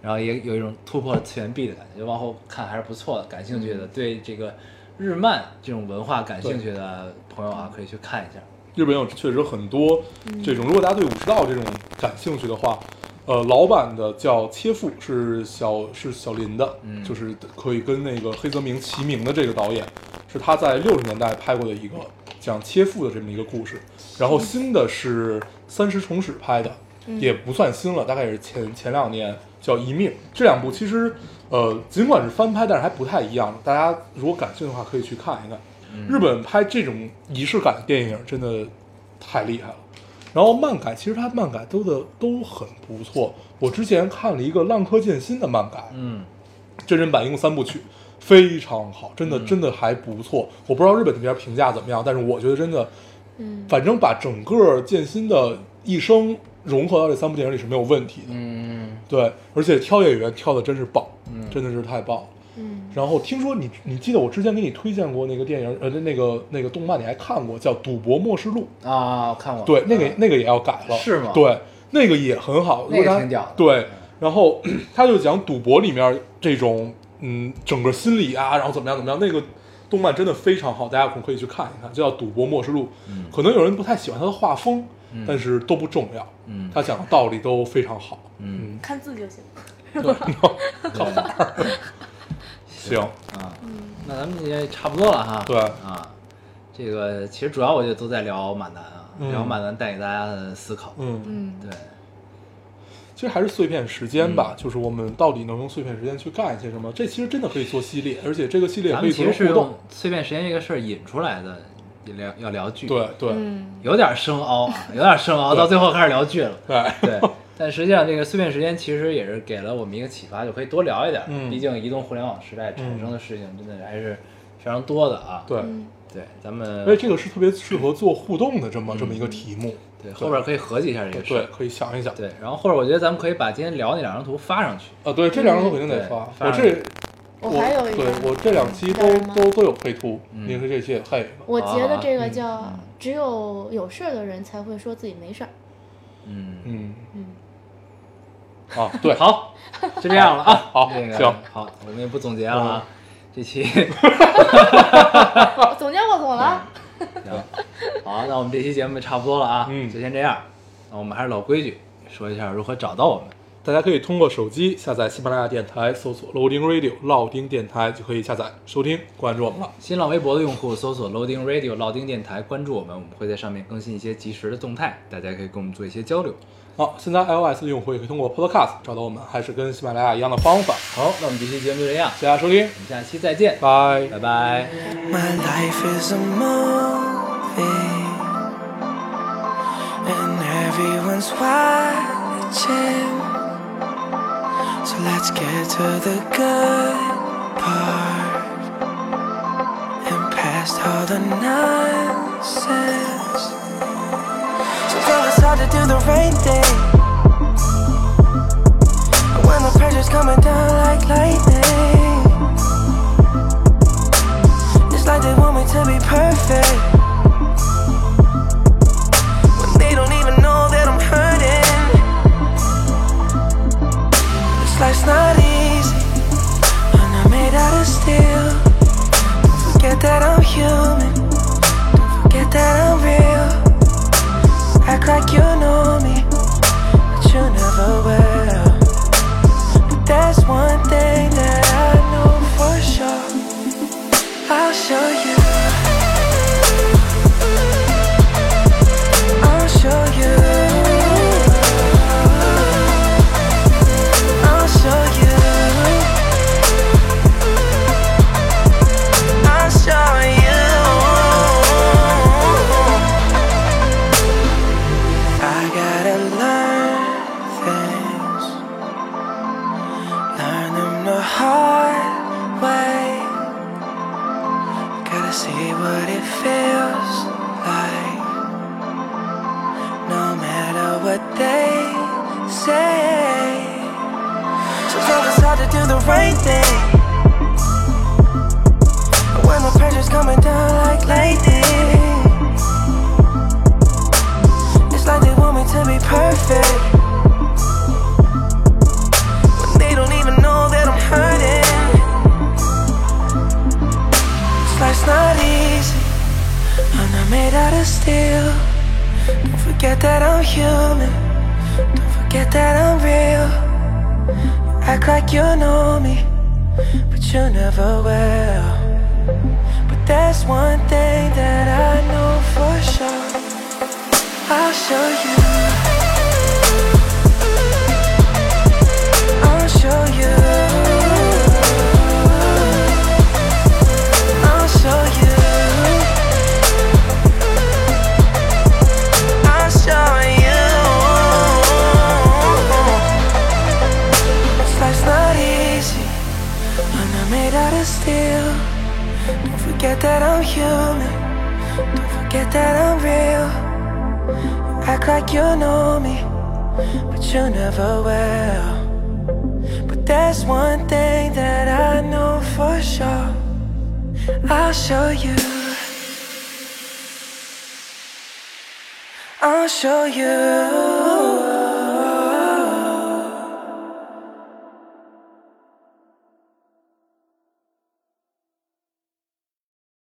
[SPEAKER 2] 然后也有一种突破次元壁的感觉，就往后看还是不错的。感兴趣的，
[SPEAKER 1] 嗯
[SPEAKER 2] 对这个日漫这种文化感兴趣的朋友啊，可以去看一下。
[SPEAKER 1] 日本有确实很多这种，如果大家对武士道这种感兴趣的话，呃，老版的叫切腹，是小是小林的，
[SPEAKER 2] 嗯
[SPEAKER 1] 就是可以跟那个黑泽明齐名的这个导演，是他在六十年代拍过的一个讲切腹的这么一个故事。然后新的是三十重史拍的，也不算新了，大概也是前前两年叫《一命》。这两部其实呃，尽管是翻拍，但是还不太一样。大家如果感兴趣的话，可以去看一看。日本拍这种仪式感的电影真的太厉害了。然后漫改，其实它漫改都的都很不错。我之前看了一个浪客剑心的漫改，
[SPEAKER 2] 嗯，
[SPEAKER 1] 真人版一共三部曲，非常好，真的真的还不错。我不知道日本那边评价怎么样，但是我觉得真的，
[SPEAKER 3] 嗯，
[SPEAKER 1] 反正把整个剑心的一生融合到这三部电影里是没有问题的。
[SPEAKER 2] 嗯，
[SPEAKER 1] 对，而且挑演员挑的真是棒，
[SPEAKER 2] 嗯
[SPEAKER 1] 真的是太棒了。
[SPEAKER 3] 嗯，
[SPEAKER 1] 然后听说你，你记得我之前给你推荐过那个电影，呃，那个那个动漫，你还看过，叫《赌博默示录》。
[SPEAKER 2] 啊，我看过。
[SPEAKER 1] 对，那个、
[SPEAKER 2] 嗯
[SPEAKER 1] 那个也要改了，
[SPEAKER 2] 是吗
[SPEAKER 1] 对，那个也很好，
[SPEAKER 2] 那个
[SPEAKER 1] 如果它
[SPEAKER 2] 挺屌的嗯
[SPEAKER 1] 对，然后 [clears throat] 他就讲赌博里面这种，嗯，整个心理啊，然后怎么样怎么样，那个动漫真的非常好，大家有空可以去看一看，就叫《赌博默示录》。
[SPEAKER 2] 嗯
[SPEAKER 1] 可能有人不太喜欢他的画风，但是都不重要，
[SPEAKER 2] 嗯
[SPEAKER 1] 他讲的道理都非常好。
[SPEAKER 2] 嗯
[SPEAKER 3] 看字就行。
[SPEAKER 2] 看法
[SPEAKER 1] 行，
[SPEAKER 2] 啊，那咱们也差不多了哈。
[SPEAKER 1] 对
[SPEAKER 2] 啊，这个其实主要我觉得都在聊马南啊，
[SPEAKER 1] 嗯
[SPEAKER 2] 聊马南带给大家的思考。
[SPEAKER 1] 嗯。
[SPEAKER 3] 嗯，
[SPEAKER 2] 对，
[SPEAKER 1] 其实还是碎片时间
[SPEAKER 2] 嗯
[SPEAKER 1] 吧，就是我们到底能用碎片时间去干一些什么？这其实真的可以做系列，而且这个系列
[SPEAKER 2] 咱
[SPEAKER 1] 可以
[SPEAKER 2] 们
[SPEAKER 1] 做
[SPEAKER 2] 其实
[SPEAKER 1] 成
[SPEAKER 2] 是
[SPEAKER 1] 互动
[SPEAKER 2] 用。碎片时间这个事儿引出来的，也聊要聊剧，，
[SPEAKER 1] 对对、
[SPEAKER 3] 嗯，
[SPEAKER 2] 有点生凹啊，有点生凹，
[SPEAKER 1] [laughs] 对
[SPEAKER 2] 到最后开始聊剧了。
[SPEAKER 1] 对， [laughs]
[SPEAKER 2] 对，但实际上这个碎片时间其实也是给了我们一个启发，就可以多聊一点。
[SPEAKER 1] 嗯
[SPEAKER 2] 毕竟移动互联网时代产生的事情真的还是非常多的啊。
[SPEAKER 1] 对，
[SPEAKER 2] 对，咱们
[SPEAKER 1] 所以这个是特别适合做互动的这么、这么一个题目。
[SPEAKER 2] 对后边可以合计一下这个事
[SPEAKER 1] 对，
[SPEAKER 2] 儿。
[SPEAKER 1] 可以想一想。
[SPEAKER 2] 对，然后或者我觉得咱们可以把今天聊那两张图发上去。
[SPEAKER 1] 啊，对，这两个肯定得
[SPEAKER 2] 嗯对
[SPEAKER 1] 发。
[SPEAKER 2] 发
[SPEAKER 1] 我这
[SPEAKER 4] 我还有一
[SPEAKER 1] 对
[SPEAKER 4] 个，
[SPEAKER 1] 我这两期
[SPEAKER 4] 叫
[SPEAKER 1] 都
[SPEAKER 4] 什么
[SPEAKER 1] 都都有配图，
[SPEAKER 2] 嗯
[SPEAKER 1] 您看这期也配一个。
[SPEAKER 4] 我觉得这
[SPEAKER 3] 嗯
[SPEAKER 4] 个
[SPEAKER 1] 啊
[SPEAKER 4] 叫只有有事儿的人才会说自己没事儿。
[SPEAKER 2] 嗯，
[SPEAKER 1] 嗯
[SPEAKER 4] 嗯，
[SPEAKER 1] 啊，对，
[SPEAKER 2] 好，就这样了啊。
[SPEAKER 1] [laughs] 好
[SPEAKER 2] 这个
[SPEAKER 1] 行嗯
[SPEAKER 2] 好，我们也不总结了啊。这期 [laughs]
[SPEAKER 3] 啊
[SPEAKER 4] 我哦总结我总了，
[SPEAKER 2] 行，好，那我们这期节目差不多了啊，
[SPEAKER 1] 嗯
[SPEAKER 2] 就先这样。那我们还是老规矩，说一下如何找到我们。
[SPEAKER 1] 大家可以通过手机下载喜马拉雅电台，搜索 Loading Radio 老丁电台就可以下载收听，关注我们了。
[SPEAKER 2] 新浪微博的用户搜索 Loading Radio 老丁电台，关注我们，我们会在上面更新一些及时的动态，大家可以跟我们做一些交流。
[SPEAKER 1] 好，现在 iOS 的用户也可以通过 Podcast 找到我们，还是跟喜马拉雅一样的方法。
[SPEAKER 2] 好，那我们这期节目就这样，
[SPEAKER 1] 谢谢大家收听，
[SPEAKER 2] 我们下期再见，
[SPEAKER 1] 拜。
[SPEAKER 2] 拜拜。
[SPEAKER 5] My life is a movie, and everyone's watching. So let's get to the good part and past all the nonsense. So girl, it's hard to do the right thing when the pressure's coming down like lightning. It's like they want me to be perfect. When they don't even know that I'm hurting. This life's not easy. I'm not made out of steel. Don't forget that I'm human. Don't forget that I'm real. Act like you know me, but you never will. But that's one thing that I know for sure. I'll show you. I'll show you. I'll show you. I'll show you. I gotta learn things. Learn them the hard way. Gotta see what it feels like. Numb say. Sometimes it's hard to do the right thing. But when the pressure's coming down like lightning, it's like they want me to be perfect. When they don't even know that I'm hurting. This life's not easy. I'm not made out of steel. Don't forget that I'm human. Don't forget that I'm real. You act like you know me, but you never will. But there's one thing that I know for sure. I'll show you. I'll show you. I'll show you. I'll show you. This life's not easy. I'm not made out of steel. Don't forget that I'm human. Don't forget that I'm real. You act like you know me, but you never will. But there's one thing that I know for sure. I'll show you. I'll show you.